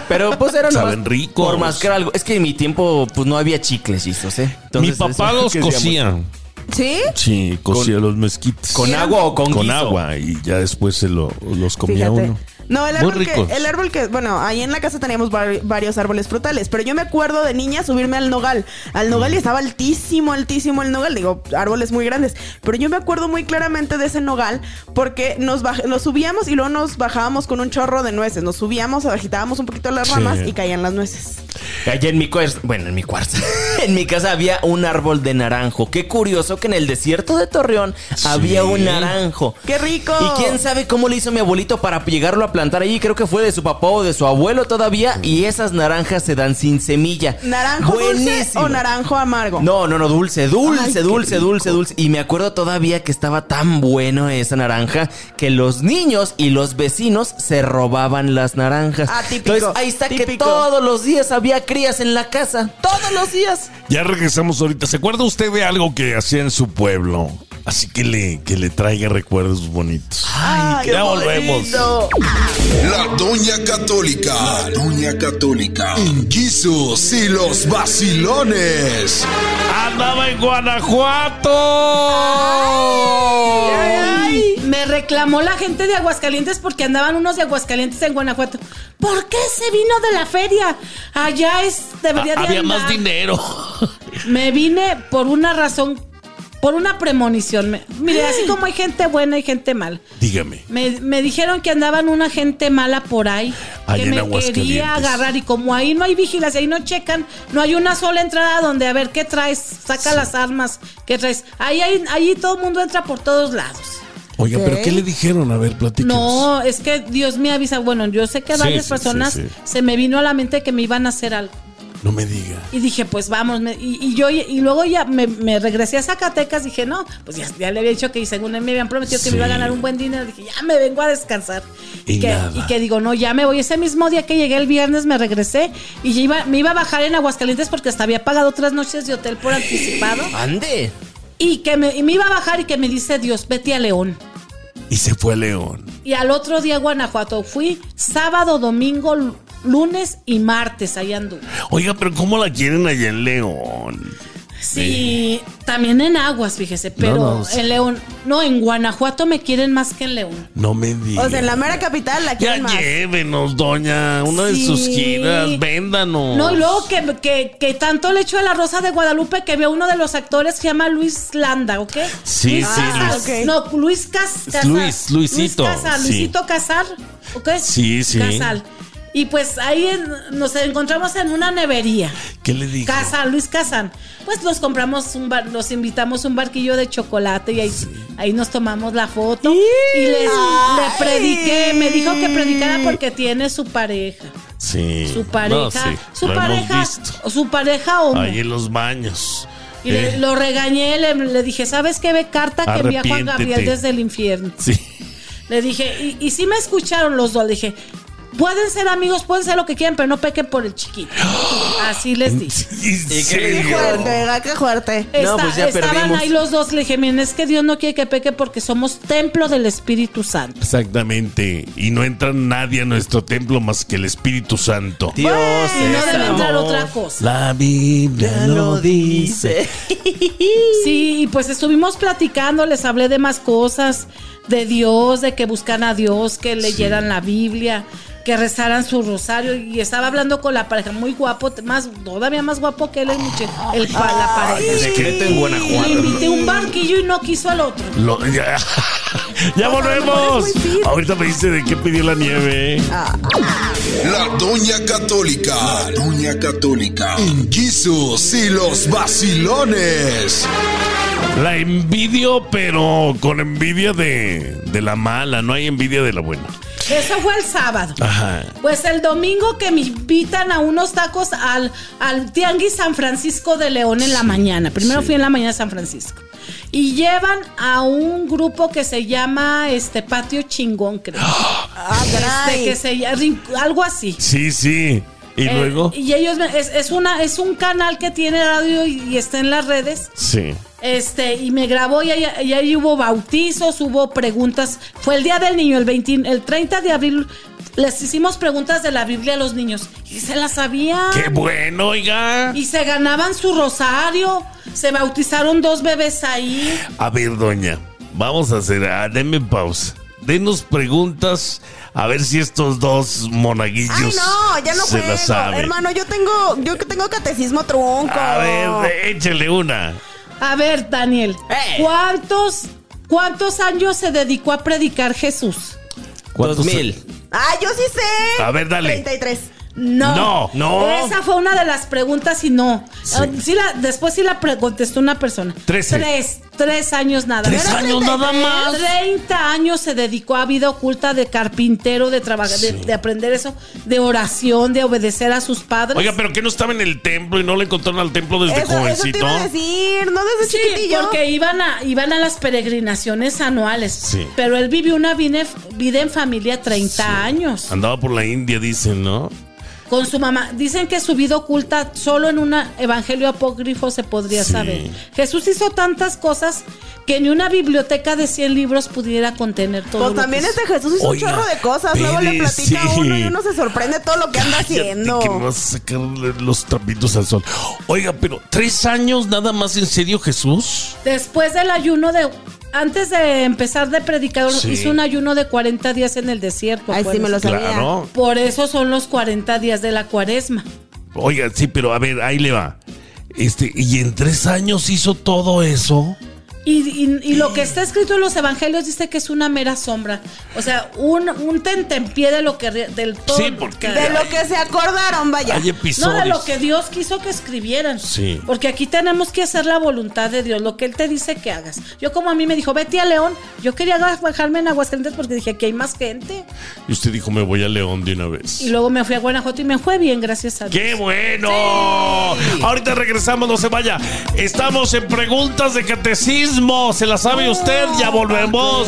[SPEAKER 2] Pero pues eran
[SPEAKER 4] Saben
[SPEAKER 2] nomás
[SPEAKER 4] ricos.
[SPEAKER 2] Por mascar algo. Es que en mi tiempo pues no había chicles, Jesus, ¿eh?
[SPEAKER 4] mi
[SPEAKER 2] Entonces,
[SPEAKER 4] papá
[SPEAKER 2] eso-
[SPEAKER 4] los
[SPEAKER 2] ¿qué decíamos?
[SPEAKER 4] cocía.
[SPEAKER 3] ¿Sí?
[SPEAKER 4] Sí, cocía los mezquites.
[SPEAKER 2] ¿Con agua o con
[SPEAKER 4] Con
[SPEAKER 2] guiso?
[SPEAKER 4] agua y ya después se lo, los comía
[SPEAKER 3] Fíjate.
[SPEAKER 4] uno.
[SPEAKER 3] No, el
[SPEAKER 4] Muy
[SPEAKER 3] árbol,
[SPEAKER 4] ricos.
[SPEAKER 3] que, el árbol que, bueno, ahí en la casa teníamos var- varios árboles frutales, pero yo me acuerdo de niña subirme al nogal, al
[SPEAKER 4] Mm.
[SPEAKER 3] nogal y estaba altísimo, altísimo el nogal, digo, árboles muy grandes, pero yo me acuerdo muy claramente de ese nogal porque nos, baj- nos subíamos y luego nos bajábamos con un chorro de nueces, nos subíamos, agitábamos un poquito las
[SPEAKER 4] Sí.
[SPEAKER 3] ramas y caían las nueces.
[SPEAKER 2] Allá en mi cuarzo. Bueno, en mi cuarzo. [LAUGHS] En mi casa había un árbol de naranjo. Qué curioso que en el desierto de Torreón había un naranjo.
[SPEAKER 3] ¡Qué rico!
[SPEAKER 2] Y quién sabe cómo le hizo mi abuelito para llegarlo a plantar allí. Creo que fue de su papá o de su abuelo todavía. Y esas naranjas se dan sin semilla.
[SPEAKER 3] Mm. ¿Naranjo dulce
[SPEAKER 2] Buenísimo.
[SPEAKER 3] o naranjo amargo?
[SPEAKER 2] No, no, no, dulce,
[SPEAKER 3] Ay,
[SPEAKER 2] dulce,
[SPEAKER 3] qué
[SPEAKER 2] dulce, dulce, dulce. Y me acuerdo todavía que estaba tan bueno esa naranja que los niños y los vecinos se robaban las naranjas.
[SPEAKER 3] Ah, típico,
[SPEAKER 2] Entonces, ahí está que
[SPEAKER 3] típico.
[SPEAKER 2] todos los días había crías en la casa. Todos los días.
[SPEAKER 4] Ya regresamos ahorita. ¿Se acuerda usted de algo que hacía en su pueblo? Así que le, que le traiga recuerdos bonitos.
[SPEAKER 3] Ay,
[SPEAKER 4] ya volvemos.
[SPEAKER 3] bonito.
[SPEAKER 1] La Doña Católica. La Doña Católica. En Jesús y los vacilones.
[SPEAKER 4] ¡Andaba en Guanajuato!
[SPEAKER 5] Me reclamó la gente de Aguascalientes porque andaban unos de Aguascalientes en Guanajuato. ¿Por qué se vino de la feria? Allá es debería de
[SPEAKER 4] Ah, Había
[SPEAKER 5] andar.
[SPEAKER 4] más dinero.
[SPEAKER 5] Me vine por una razón, por una premonición. Me- mire, así como hay gente buena y gente mala.
[SPEAKER 4] Dígame.
[SPEAKER 5] Me, me dijeron que andaban una gente mala por ahí.
[SPEAKER 4] Allá
[SPEAKER 5] que
[SPEAKER 4] en
[SPEAKER 5] me
[SPEAKER 4] Aguascalientes.
[SPEAKER 5] quería agarrar. Y como ahí no hay vigilancia, ahí no checan, no hay una sola entrada donde a ver qué traes, saca las armas, qué traes. Ahí, ahí, ahí todo el mundo entra por todos lados.
[SPEAKER 4] Oiga, ¿pero
[SPEAKER 3] Ok.
[SPEAKER 4] qué le dijeron? A ver, platíquenos.
[SPEAKER 5] No, es que Dios me avisa. Bueno, yo sé que a
[SPEAKER 4] Sí,
[SPEAKER 5] varias
[SPEAKER 4] sí,
[SPEAKER 5] personas
[SPEAKER 4] sí, sí.
[SPEAKER 5] se me vino a la mente que me iban a hacer algo.
[SPEAKER 4] No me diga.
[SPEAKER 5] Y dije, pues vamos. me- y, y yo y luego ya me, me regresé a Zacatecas. Dije, no, pues ya, ya le había dicho que y según él me habían prometido que
[SPEAKER 4] Sí.
[SPEAKER 5] me iba a ganar un buen dinero. Dije, ya me vengo a descansar.
[SPEAKER 4] Y
[SPEAKER 5] que,
[SPEAKER 4] nada.
[SPEAKER 5] que digo, no, ya me voy. Ese mismo día que llegué el viernes me regresé y ya iba, me iba a bajar en Aguascalientes porque hasta había pagado tres noches de hotel por anticipado.
[SPEAKER 4] Ah.
[SPEAKER 2] Ande.
[SPEAKER 5] Y que me, y me iba a bajar y que me dice Dios, vete a León.
[SPEAKER 4] Y se fue a León.
[SPEAKER 5] Y al otro día a Guanajuato fui sábado, domingo, lu- lunes y martes ahí anduve.
[SPEAKER 4] Oiga, pero ¿cómo la quieren allá en León?
[SPEAKER 5] Sí, también en Aguas, fíjese, pero
[SPEAKER 4] No, no, sí.
[SPEAKER 5] en León, no, en Guanajuato me quieren más que en León.
[SPEAKER 4] No me diga.
[SPEAKER 3] O sea, en la mera capital la
[SPEAKER 4] Ya
[SPEAKER 3] quieren más.
[SPEAKER 4] llévenos, doña, una de sus
[SPEAKER 5] Sí.
[SPEAKER 4] giras, véndanos.
[SPEAKER 5] No, y luego que, que, que tanto le echo a la Rosa de Guadalupe que veo uno de los actores que se llama Luis Landa, ¿ok?
[SPEAKER 4] Sí, sí,
[SPEAKER 5] Casar,
[SPEAKER 4] Luis.
[SPEAKER 3] ok.
[SPEAKER 5] No, Luis Cas- Casar.
[SPEAKER 4] Luis, Luisito,
[SPEAKER 5] Luis Casar,
[SPEAKER 4] sí.
[SPEAKER 5] Luisito Casar, ¿ok?
[SPEAKER 4] Sí, sí.
[SPEAKER 5] Casal. Y pues ahí en- nos encontramos en una nevería.
[SPEAKER 4] ¿Qué le digo?
[SPEAKER 5] Casa, Luis Casan. Pues nos compramos un bar, nos invitamos un barquillo de chocolate y ahí, ahí nos tomamos la foto. Y les, le prediqué, me dijo que predicara porque tiene su pareja.
[SPEAKER 4] Sí.
[SPEAKER 5] Su pareja,
[SPEAKER 4] No, sí,
[SPEAKER 5] su
[SPEAKER 4] lo hemos
[SPEAKER 5] pareja,
[SPEAKER 4] visto.
[SPEAKER 5] o su pareja o
[SPEAKER 4] Ahí en los baños.
[SPEAKER 5] Y le-
[SPEAKER 4] Eh,
[SPEAKER 5] lo regañé, le, le dije, ¿sabes qué ve carta que envía Juan Gabriel
[SPEAKER 4] Arrepiéntete.
[SPEAKER 5] desde el infierno?
[SPEAKER 4] Sí.
[SPEAKER 5] Le dije, y, y sí me escucharon los dos, le dije, pueden ser amigos, pueden ser lo que quieran, pero no pequen por el chiquito.
[SPEAKER 4] [GASPS]
[SPEAKER 5] Así les dije.
[SPEAKER 4] ¿En
[SPEAKER 3] Qué
[SPEAKER 4] serio?
[SPEAKER 3] fuerte, ah, qué fuerte.
[SPEAKER 4] Eh.
[SPEAKER 2] No,
[SPEAKER 5] Esta-
[SPEAKER 2] pues ya
[SPEAKER 5] estaban
[SPEAKER 2] perdimos.
[SPEAKER 5] ahí los dos. Le dije, miren, es que Dios no quiere que peque porque somos templo del Espíritu Santo.
[SPEAKER 4] Exactamente. Y no entra nadie a nuestro templo más que el Espíritu Santo.
[SPEAKER 2] Dios
[SPEAKER 5] Y no
[SPEAKER 2] es
[SPEAKER 5] debe
[SPEAKER 2] amor.
[SPEAKER 5] entrar otra cosa.
[SPEAKER 4] La Biblia lo dice.
[SPEAKER 5] Sí, y pues estuvimos platicando, les hablé de más cosas, de Dios, de que buscan a Dios, que leyeran la Biblia, que rezaran su rosario. Y estaba hablando con la pareja, muy guapo, más, todavía más guapo que él, el, muche- el pa- la pareja.
[SPEAKER 2] El secreto en
[SPEAKER 5] Y le
[SPEAKER 2] Guanajuato.
[SPEAKER 5] invité un barquillo y no quiso al otro.
[SPEAKER 4] Lo- ya [LAUGHS] ya volvemos. Ahorita me dice de qué pidió la nieve.
[SPEAKER 3] Ah,
[SPEAKER 1] La Doña Católica. La Doña Católica. En Jesús y los vacilones.
[SPEAKER 4] La envidio, pero con envidia de, de la mala. No hay envidia de la buena.
[SPEAKER 5] Eso fue el sábado.
[SPEAKER 4] Ajá.
[SPEAKER 5] Pues el domingo que me invitan a unos tacos al, al Tianguis San Francisco de León en la mañana. Primero fui en la mañana a San Francisco. Y llevan a un grupo que se llama este Patio Chingón, creo.
[SPEAKER 3] Ah,
[SPEAKER 5] Este,
[SPEAKER 3] caray.
[SPEAKER 5] que se ll- rin- algo así.
[SPEAKER 4] Sí, sí. Y
[SPEAKER 5] Eh,
[SPEAKER 4] luego.
[SPEAKER 5] Y ellos me- es, es una, es un canal que tiene radio y, y está en las redes.
[SPEAKER 4] Sí.
[SPEAKER 5] Este, y me grabó y ahí, y ahí hubo bautizos, hubo preguntas. Fue el día del niño, el 20, el 30 de abril. Les hicimos preguntas de la Biblia a los niños. Y se las sabían.
[SPEAKER 3] Ah.
[SPEAKER 4] Qué bueno, oiga.
[SPEAKER 5] Y se ganaban su rosario. Se bautizaron dos bebés ahí.
[SPEAKER 4] A ver, doña, vamos a hacer, ah, denme pausa. Denos preguntas a ver si estos dos monaguillos
[SPEAKER 3] Ay, no, ya no
[SPEAKER 4] se
[SPEAKER 3] juego.
[SPEAKER 4] la saben.
[SPEAKER 3] Hermano, yo tengo, yo que tengo catecismo trunco.
[SPEAKER 4] A ver, échale una.
[SPEAKER 5] A ver, Daniel,
[SPEAKER 2] ¡Eh!
[SPEAKER 5] ¿cuántos, ¿cuántos años se dedicó a predicar Jesús?
[SPEAKER 2] Dos mil.
[SPEAKER 3] Ah, yo sí sé.
[SPEAKER 4] A ver, dale.
[SPEAKER 3] 33.
[SPEAKER 5] No.
[SPEAKER 4] No, no.
[SPEAKER 5] Esa fue una de las preguntas y no.
[SPEAKER 4] Sí.
[SPEAKER 5] Eh, sí la, después sí la pre- contestó una persona.
[SPEAKER 4] Trece.
[SPEAKER 5] Tres. Tres años nada
[SPEAKER 4] Tres
[SPEAKER 5] Era
[SPEAKER 4] años nada más.
[SPEAKER 5] 30 años se dedicó a vida oculta de carpintero, de trabajar, de, de aprender eso, de oración, de obedecer a sus padres.
[SPEAKER 4] Oiga, pero que no estaba en el templo y no le encontraron al templo desde
[SPEAKER 3] Eso, eso te
[SPEAKER 4] jovencito.
[SPEAKER 3] iba a decir, no desde
[SPEAKER 5] Sí,
[SPEAKER 3] chiquitillo. Pues
[SPEAKER 5] porque iban a, iban a las peregrinaciones anuales.
[SPEAKER 4] Sí.
[SPEAKER 5] Pero él vivió una vine- vida en familia 30 años.
[SPEAKER 4] Andaba por la India, dicen, ¿no?
[SPEAKER 5] Con su mamá. Dicen que su vida oculta solo en un evangelio apócrifo se podría
[SPEAKER 4] Sí.
[SPEAKER 5] saber. Jesús hizo tantas cosas que ni una biblioteca de 100 libros pudiera contener todo.
[SPEAKER 3] Pues
[SPEAKER 5] lo que
[SPEAKER 3] también
[SPEAKER 5] hizo.
[SPEAKER 3] este Jesús hizo
[SPEAKER 4] Oiga,
[SPEAKER 3] un chorro de cosas. Luego le
[SPEAKER 4] espere,
[SPEAKER 3] platica a uno y
[SPEAKER 4] sí.
[SPEAKER 3] uno se sorprende todo lo que anda haciendo.
[SPEAKER 4] Cállate, que me vas a sacar los trapitos al sol. Oiga, pero tres años nada más en serio, Jesús.
[SPEAKER 5] Después del ayuno de... Antes de empezar de predicador,
[SPEAKER 4] Sí.
[SPEAKER 5] hizo un ayuno de 40 días en el desierto.
[SPEAKER 3] Ay, sí me lo
[SPEAKER 5] acuérdense.
[SPEAKER 3] sabía.
[SPEAKER 4] Claro.
[SPEAKER 5] Por eso son los 40 días de la cuaresma.
[SPEAKER 4] Oiga, sí, pero a ver, ahí le va. Este, y en tres años hizo todo eso.
[SPEAKER 5] Y, y- y lo que está escrito en los evangelios dice que es una mera sombra. O sea, un, un tentempié de lo que re- del todo.
[SPEAKER 4] Sí, porque-
[SPEAKER 3] De lo que se acordaron, vaya.
[SPEAKER 4] Hay
[SPEAKER 5] No,
[SPEAKER 4] episodios.
[SPEAKER 5] de lo que Dios quiso que escribieran.
[SPEAKER 4] Sí.
[SPEAKER 5] Porque aquí tenemos que hacer la voluntad de Dios, lo que Él te dice que hagas. Yo como a mí me dijo, vete a León, yo quería bajarme en Aguascalientes porque dije, aquí hay más gente.
[SPEAKER 4] Y usted dijo, me voy a León de una vez.
[SPEAKER 5] Y luego me fui a Guanajuato y me fue bien, gracias a Dios.
[SPEAKER 4] ¡Qué bueno! Ahorita regresamos, no se vaya. Estamos en preguntas de catecismo. ¿Se la sabe usted? Ya volvemos.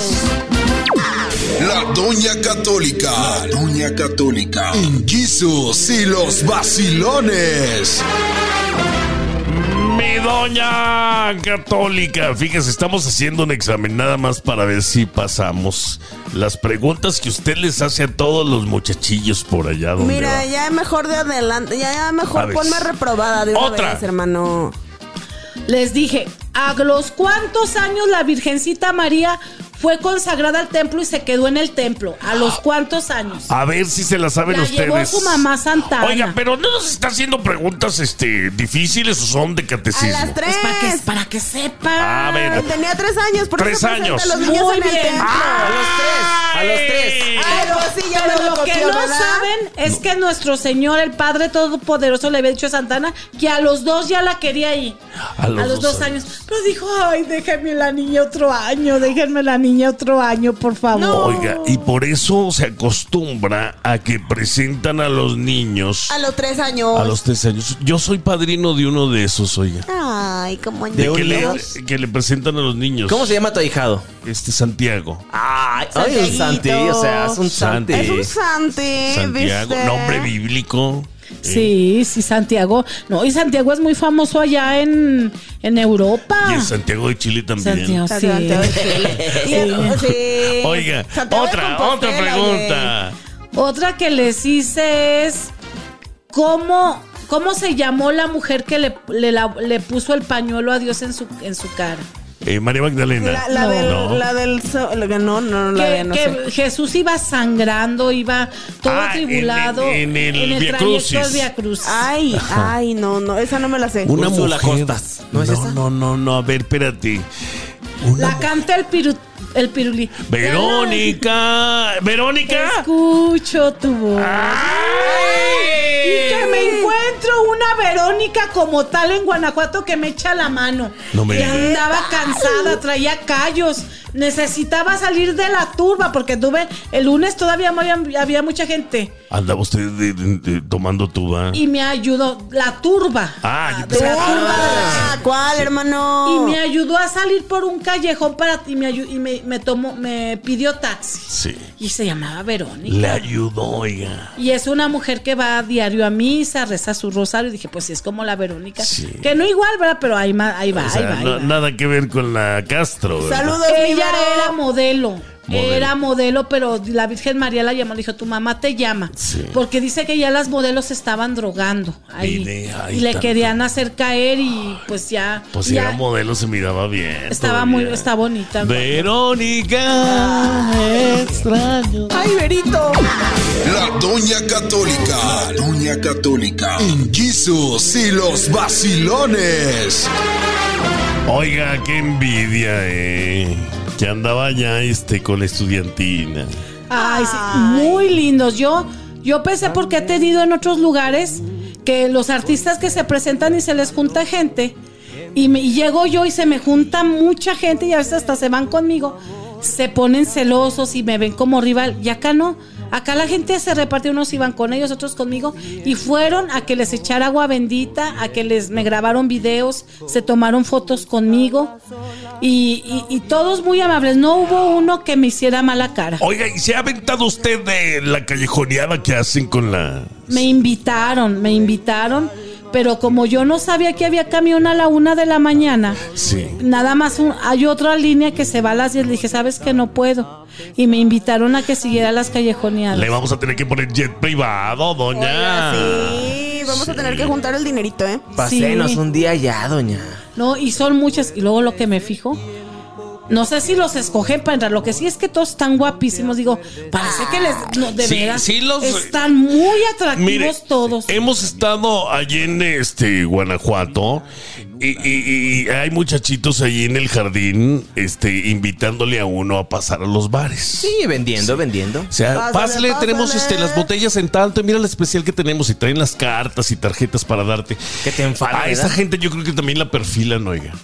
[SPEAKER 1] La Doña Católica. La Doña Católica. En Jesus y los vacilones.
[SPEAKER 4] Mi doña católica. Fíjese, estamos haciendo un examen nada más para ver si pasamos las preguntas que usted les hace a todos los muchachillos por allá donde
[SPEAKER 3] Mira,
[SPEAKER 4] va.
[SPEAKER 3] ya mejor de adelante, ya, ya
[SPEAKER 4] A
[SPEAKER 3] mejor
[SPEAKER 4] ver.
[SPEAKER 3] ponme reprobada de una
[SPEAKER 4] Otra.
[SPEAKER 3] vez, hermano.
[SPEAKER 5] Les dije, ¿a los cuántos años la Virgencita María fue consagrada al templo y se quedó en el templo? ¿A
[SPEAKER 4] Ah.
[SPEAKER 5] los cuántos años?
[SPEAKER 4] A ver si se la saben
[SPEAKER 5] La
[SPEAKER 4] ustedes.
[SPEAKER 5] llevó su mamá Santa Ana.
[SPEAKER 4] Oiga, pero no nos está haciendo preguntas este difíciles o son de
[SPEAKER 3] A
[SPEAKER 4] catecismo.
[SPEAKER 3] las
[SPEAKER 5] Pues
[SPEAKER 3] tres. Ah,
[SPEAKER 5] para que, para que sepan.
[SPEAKER 4] A ver.
[SPEAKER 3] Tenía tres años, por
[SPEAKER 4] Tres
[SPEAKER 3] eso presenta
[SPEAKER 4] años.
[SPEAKER 3] a los niños
[SPEAKER 5] Muy
[SPEAKER 3] en
[SPEAKER 5] bien.
[SPEAKER 3] el templo.
[SPEAKER 2] A los tres, a los tres.
[SPEAKER 3] Ay, pues sí, ya me
[SPEAKER 5] Pero lo
[SPEAKER 3] copió,
[SPEAKER 5] que no
[SPEAKER 3] ¿verdad?
[SPEAKER 5] saben es que nuestro Señor, el Padre Todopoderoso, le había dicho a Santana que a los dos ya la quería ahí.
[SPEAKER 4] A los dos
[SPEAKER 5] dos años. Pero dijo, ay, déjenme la niña otro año, déjenme la niña otro año, por favor.
[SPEAKER 4] Oiga, y por eso se acostumbra a que presentan a los niños
[SPEAKER 3] A los tres años.
[SPEAKER 4] a los tres años. Yo soy padrino de uno de esos, oiga.
[SPEAKER 3] Ay, como
[SPEAKER 4] De que
[SPEAKER 2] un
[SPEAKER 4] le,
[SPEAKER 2] niño?
[SPEAKER 4] que le presentan a los niños.
[SPEAKER 2] ¿Cómo se llama tu ahijado?
[SPEAKER 4] Este Santiago.
[SPEAKER 2] Ay, ay, un
[SPEAKER 3] Santiaguito.
[SPEAKER 2] Santi, o sea, es un
[SPEAKER 4] Santi.
[SPEAKER 2] Santi.
[SPEAKER 3] Es un sante,
[SPEAKER 4] Santiago,
[SPEAKER 3] ¿viste?
[SPEAKER 4] nombre bíblico.
[SPEAKER 5] Sí, sí, Santiago. No, y Santiago es muy famoso allá en, en Europa.
[SPEAKER 4] Eh, Y en Santiago de Chile también.
[SPEAKER 5] Santiago, Ah, sí.
[SPEAKER 3] Santiago de Chile.
[SPEAKER 5] [LAUGHS]
[SPEAKER 3] Y el- sí.
[SPEAKER 4] Oiga,
[SPEAKER 3] Santiago de
[SPEAKER 4] otra,
[SPEAKER 3] Compostela,
[SPEAKER 4] otra pregunta.
[SPEAKER 5] Otra que les hice es cómo, cómo se llamó la mujer que le, le la- le puso el pañuelo a Dios en su, en su cara.
[SPEAKER 4] Eh, María
[SPEAKER 3] güey.
[SPEAKER 4] Magdalena.
[SPEAKER 3] La, la
[SPEAKER 5] No.
[SPEAKER 3] del,
[SPEAKER 4] No.
[SPEAKER 3] la del, so- la- no, no, la
[SPEAKER 5] que
[SPEAKER 3] de, no
[SPEAKER 5] que
[SPEAKER 3] sé.
[SPEAKER 5] Jesús iba sangrando, iba todo
[SPEAKER 4] Ah,
[SPEAKER 5] atribulado
[SPEAKER 4] en- en el Via Crucis.
[SPEAKER 5] del Via Crucis.
[SPEAKER 3] Ay, ay, no, no, esa no me la sé.
[SPEAKER 4] Una
[SPEAKER 2] Úrsula
[SPEAKER 4] mujer.
[SPEAKER 2] Costas, ¿no es
[SPEAKER 4] no,
[SPEAKER 2] esa?
[SPEAKER 4] no, no, no, a ver, espérate. Una
[SPEAKER 5] la canta el, piru, el pirulí.
[SPEAKER 4] Verónica.
[SPEAKER 5] Te
[SPEAKER 4] Verónica.
[SPEAKER 5] escucho tu voz.
[SPEAKER 4] ¡Ay!
[SPEAKER 5] Y que me encuentro una Verónica como tal en Guanajuato que me echa la mano.
[SPEAKER 4] No me
[SPEAKER 5] que
[SPEAKER 4] digas.
[SPEAKER 5] andaba cansada, traía callos. Necesitaba salir de la turba porque tuve el lunes todavía había, había mucha gente
[SPEAKER 4] Andaba usted de- de- de- tomando tuba.
[SPEAKER 5] y me ayudó la turba.
[SPEAKER 4] Ah, yo
[SPEAKER 5] de la turba.
[SPEAKER 3] Ah, ¿Cuál,
[SPEAKER 5] Y
[SPEAKER 3] hermano?
[SPEAKER 5] me ayudó a salir por un callejón para y me ayu- y me, me tomó me pidió taxi
[SPEAKER 4] Sí.
[SPEAKER 5] y se llamaba Verónica.
[SPEAKER 4] Le ayudó, oiga.
[SPEAKER 5] Y es una mujer que va a diario a misa, reza su rosario. Y dije, pues sí, es como la Verónica.
[SPEAKER 4] Sí.
[SPEAKER 5] Que no igual, ¿verdad? Pero ahí, ma- ahí va,
[SPEAKER 4] O sea,
[SPEAKER 5] ahí va. ahí
[SPEAKER 4] no-
[SPEAKER 5] va.
[SPEAKER 4] nada que ver con la Castro. ¿verdad?
[SPEAKER 3] Saludos, mi
[SPEAKER 5] Ella
[SPEAKER 3] Vero.
[SPEAKER 5] era modelo,
[SPEAKER 4] Modelo.
[SPEAKER 5] Era modelo, pero la Virgen María la llamó. Le dijo, tu mamá te llama.
[SPEAKER 4] Sí.
[SPEAKER 5] Porque dice que ya las modelos se estaban drogando. Ahí.
[SPEAKER 4] Mire, ay,
[SPEAKER 5] y le
[SPEAKER 4] tanto.
[SPEAKER 5] querían hacer caer y pues ya.
[SPEAKER 4] Pues si
[SPEAKER 5] ya
[SPEAKER 4] era modelo se miraba bien.
[SPEAKER 5] Estaba Ah.
[SPEAKER 4] todavía.
[SPEAKER 5] muy- está bonita.
[SPEAKER 4] Verónica, extraño.
[SPEAKER 3] Ay, Verito.
[SPEAKER 1] La Doña Católica. La Doña Católica. En Jesus y los vacilones.
[SPEAKER 4] Oiga, qué envidia, eh. Que andaba ya este con la estudiantina.
[SPEAKER 5] Ay, sí,
[SPEAKER 3] Ay.
[SPEAKER 5] muy lindos. Yo Yo pensé porque he tenido en otros lugares que los artistas que se presentan y se les junta gente. Y, me, y llego yo y se me junta mucha gente y a veces hasta se van conmigo. Se ponen celosos y me ven como rival. Y acá no. Acá la gente se repartió, unos iban con ellos, otros conmigo, y fueron a que les echara agua bendita, a que les me grabaron videos, se tomaron fotos conmigo, y, y- y todos muy amables. No hubo uno que me hiciera mala cara.
[SPEAKER 4] Oiga, ¿y se ha aventado usted de la callejoneada que hacen con la...
[SPEAKER 5] Me invitaron, me invitaron, pero como yo no sabía que había camión a la una de la mañana,
[SPEAKER 4] Sí.
[SPEAKER 5] nada más un- hay otra línea que se va a las 10. Le dije, ¿sabes que no puedo? Y me invitaron a que siguiera las callejoneadas.
[SPEAKER 4] Le vamos a tener que poner jet privado, doña.
[SPEAKER 3] Sí, vamos a tener que juntar el dinerito, ¿eh?
[SPEAKER 2] Pasénos
[SPEAKER 5] Sí.
[SPEAKER 2] un día ya, doña.
[SPEAKER 5] No, y son muchas. Y luego lo que me fijo, no sé si los escogen para entrar. Lo que sí es que todos están guapísimos. Digo, parece que les. no, de
[SPEAKER 4] Sí,
[SPEAKER 5] veras.
[SPEAKER 4] sí los-
[SPEAKER 5] están muy atractivos
[SPEAKER 4] Mire, em,
[SPEAKER 5] todos.
[SPEAKER 4] hemos estado allí en este Guanajuato y, y- y hay muchachitos allí en el jardín, este, invitándole a uno a pasar a los bares.
[SPEAKER 2] Sí, vendiendo, vendiendo.
[SPEAKER 4] O sea,
[SPEAKER 3] Pásale,
[SPEAKER 4] pásale,
[SPEAKER 3] pásale.
[SPEAKER 4] tenemos este, las botellas en tanto, y mira la especial que tenemos y traen las cartas y tarjetas para darte.
[SPEAKER 2] Que te enfada,
[SPEAKER 4] A esa
[SPEAKER 2] ¿verdad?
[SPEAKER 4] gente yo creo que también la perfilan, oiga.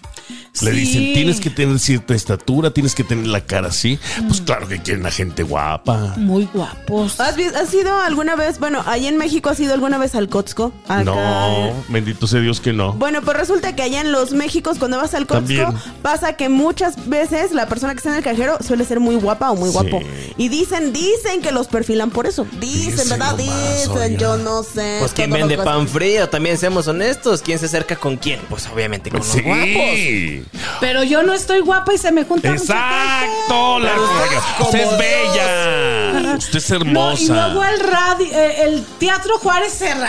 [SPEAKER 4] Le
[SPEAKER 5] Sí.
[SPEAKER 4] dicen, tienes que tener cierta estatura, tienes que tener la cara así. Pues claro que quieren a gente guapa.
[SPEAKER 5] Muy guapos.
[SPEAKER 4] Ah.
[SPEAKER 3] ¿Has, vi- has ido alguna vez, bueno, ahí en México has ido alguna vez al Costco? Acá, eh.
[SPEAKER 4] No, bendito sea Dios que no.
[SPEAKER 3] Bueno, pues resulta que allá en los Méxicos, cuando vas al Costco,
[SPEAKER 4] También.
[SPEAKER 3] pasa que muchas veces la persona que está en el cajero suele ser muy guapa o muy
[SPEAKER 4] Sí.
[SPEAKER 3] guapo. Y dicen, dicen que los perfilan por eso. Dicen,
[SPEAKER 4] Dicen
[SPEAKER 3] ¿verdad?
[SPEAKER 4] nomás,
[SPEAKER 3] dicen,
[SPEAKER 4] oiga.
[SPEAKER 3] yo no sé.
[SPEAKER 2] Pues quién
[SPEAKER 3] todo lo
[SPEAKER 2] vende
[SPEAKER 3] que-
[SPEAKER 2] pan frío, también seamos honestos. ¿Quién se acerca con quién? Pues obviamente con
[SPEAKER 4] Sí.
[SPEAKER 2] los guapos.
[SPEAKER 5] Pero yo no estoy guapa y se me junta mucha gente.
[SPEAKER 4] Exacto, la oiga, Usted es bella. Usted es
[SPEAKER 5] No, y
[SPEAKER 4] hermosa.
[SPEAKER 5] luego el radio, eh, el Teatro Juárez cerrado.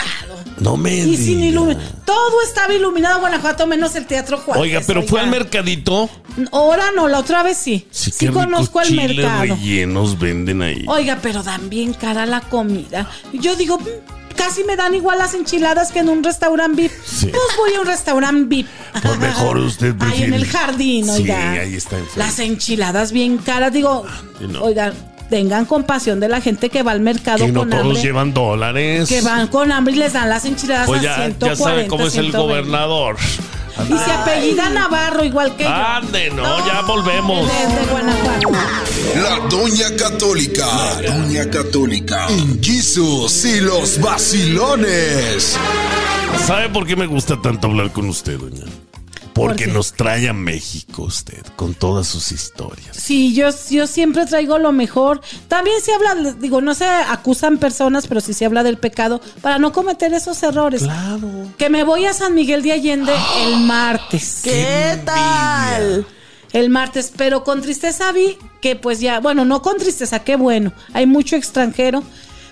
[SPEAKER 4] No me
[SPEAKER 5] Y sin
[SPEAKER 4] diga.
[SPEAKER 5] iluminación. Todo estaba iluminado Guanajuato menos el Teatro Juárez.
[SPEAKER 4] Oiga, pero fue al
[SPEAKER 5] Pues, oiga.
[SPEAKER 4] mercadito.
[SPEAKER 5] Ahora no, la otra vez sí. Sí,
[SPEAKER 4] qué rico
[SPEAKER 5] conozco el
[SPEAKER 4] chiles
[SPEAKER 5] mercado.
[SPEAKER 4] rellenos venden ahí.
[SPEAKER 5] Oiga, pero dan bien cara la comida. Yo digo, "Mm, casi me dan igual las enchiladas que en un restaurante VIP.
[SPEAKER 4] Sí.
[SPEAKER 5] Pues voy a un restaurante VIP.
[SPEAKER 4] Pues mejor usted
[SPEAKER 5] [LAUGHS] Ahí en
[SPEAKER 4] prefiere-
[SPEAKER 5] el jardín,
[SPEAKER 4] Sí,
[SPEAKER 5] oiga.
[SPEAKER 4] ahí está enfrente.
[SPEAKER 5] Las enchiladas bien caras, digo,
[SPEAKER 4] Y no.
[SPEAKER 5] oiga, tengan compasión de la gente que va al mercado
[SPEAKER 4] Que no
[SPEAKER 5] con
[SPEAKER 4] todos
[SPEAKER 5] hambre.
[SPEAKER 4] llevan dólares.
[SPEAKER 5] Que van con hambre y les dan las enchiladas
[SPEAKER 4] Pues
[SPEAKER 5] a
[SPEAKER 4] ya,
[SPEAKER 5] 140,
[SPEAKER 4] ya sabe cómo es el
[SPEAKER 5] 120.
[SPEAKER 4] gobernador.
[SPEAKER 5] Y se apellida Navarro igual que
[SPEAKER 4] Ande, no, ya
[SPEAKER 5] yo.
[SPEAKER 4] volvemos.
[SPEAKER 5] Desde Guanajuato.
[SPEAKER 1] La Doña Católica. La Doña Católica. En Jesús y los vacilones.
[SPEAKER 4] ¿Sabe por qué me gusta tanto hablar con usted, doña? Porque
[SPEAKER 5] qué?
[SPEAKER 4] nos trae a México usted, con todas sus historias.
[SPEAKER 5] Sí, yo, yo siempre traigo lo mejor. También se habla, digo, no se acusan personas, pero sí se habla del pecado para no cometer esos errores.
[SPEAKER 4] Claro.
[SPEAKER 5] Que me voy a San Miguel de Allende el martes.
[SPEAKER 3] ¿Qué tal?
[SPEAKER 5] El martes, pero con tristeza vi que pues ya, bueno, no con tristeza, qué bueno. Hay mucho extranjero,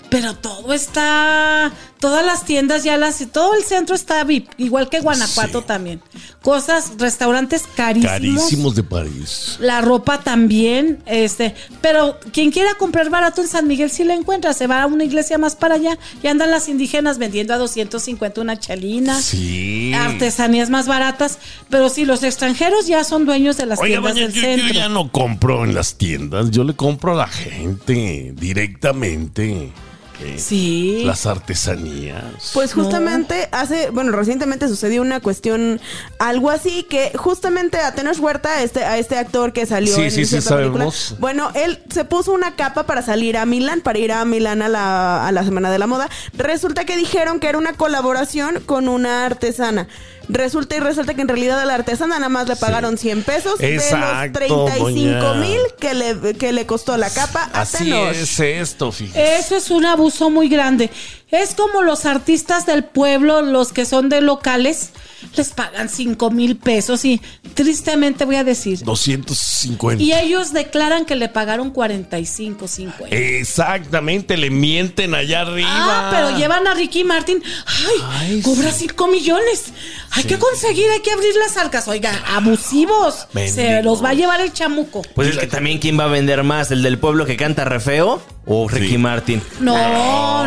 [SPEAKER 5] pero todo está, todas las tiendas ya las, todo el centro está VIP, igual que Guanajuato
[SPEAKER 4] Sí.
[SPEAKER 5] también. Cosas, restaurantes carísimos.
[SPEAKER 4] Carísimos de París.
[SPEAKER 5] La ropa también, este, pero quien quiera comprar barato en San Miguel sí la encuentra, se va a una iglesia más para allá y andan las indígenas vendiendo a 250 una chalina,
[SPEAKER 4] Sí.
[SPEAKER 5] artesanías más baratas, pero sí, los extranjeros ya son dueños de las
[SPEAKER 4] Oiga,
[SPEAKER 5] tiendas
[SPEAKER 4] doña,
[SPEAKER 5] del
[SPEAKER 4] yo, yo
[SPEAKER 5] centro.
[SPEAKER 4] ya no compro en las tiendas, yo le compro a la gente directamente. ¿eh?
[SPEAKER 5] Sí.
[SPEAKER 4] Las artesanías.
[SPEAKER 3] Pues justamente hace, bueno, recientemente sucedió una cuestión, algo así, que justamente a Tenoch Huerta, este, a este actor que salió
[SPEAKER 4] Sí,
[SPEAKER 3] en
[SPEAKER 4] sí, sí,
[SPEAKER 3] cierta película,
[SPEAKER 4] sabemos.
[SPEAKER 3] bueno, él se puso una capa para salir a Milán, para ir a Milán a la, a la Semana de la Moda. Resulta que dijeron que era una colaboración con una artesana. Resulta y resulta que en realidad a la artesana nada más le pagaron 100 pesos de
[SPEAKER 4] Exacto,
[SPEAKER 3] los 35
[SPEAKER 4] doña.
[SPEAKER 3] mil que le, que le costó la capa a
[SPEAKER 4] Así
[SPEAKER 3] Tenoch.
[SPEAKER 4] es esto, fíjese.
[SPEAKER 5] Eso es un abuso muy grande. Es como los artistas del pueblo, los que son de locales, les pagan cinco mil pesos y tristemente voy a decir,
[SPEAKER 4] 250.
[SPEAKER 5] y ellos declaran que le pagaron 45, 50.
[SPEAKER 4] Eh, Exactamente, le mienten allá arriba.
[SPEAKER 5] Ah, pero llevan a Ricky Martin. Ay,
[SPEAKER 4] Ay,
[SPEAKER 5] cobra
[SPEAKER 4] sí.
[SPEAKER 5] 5 millones. Hay que conseguir, hay que abrir las arcas. Oiga, abusivos. Se
[SPEAKER 4] Mendigos.
[SPEAKER 5] los va a llevar el chamuco.
[SPEAKER 2] Pues es que también quién va a vender más, el del pueblo que canta re feo o Ricky
[SPEAKER 4] Sí.
[SPEAKER 2] Martin.
[SPEAKER 5] No,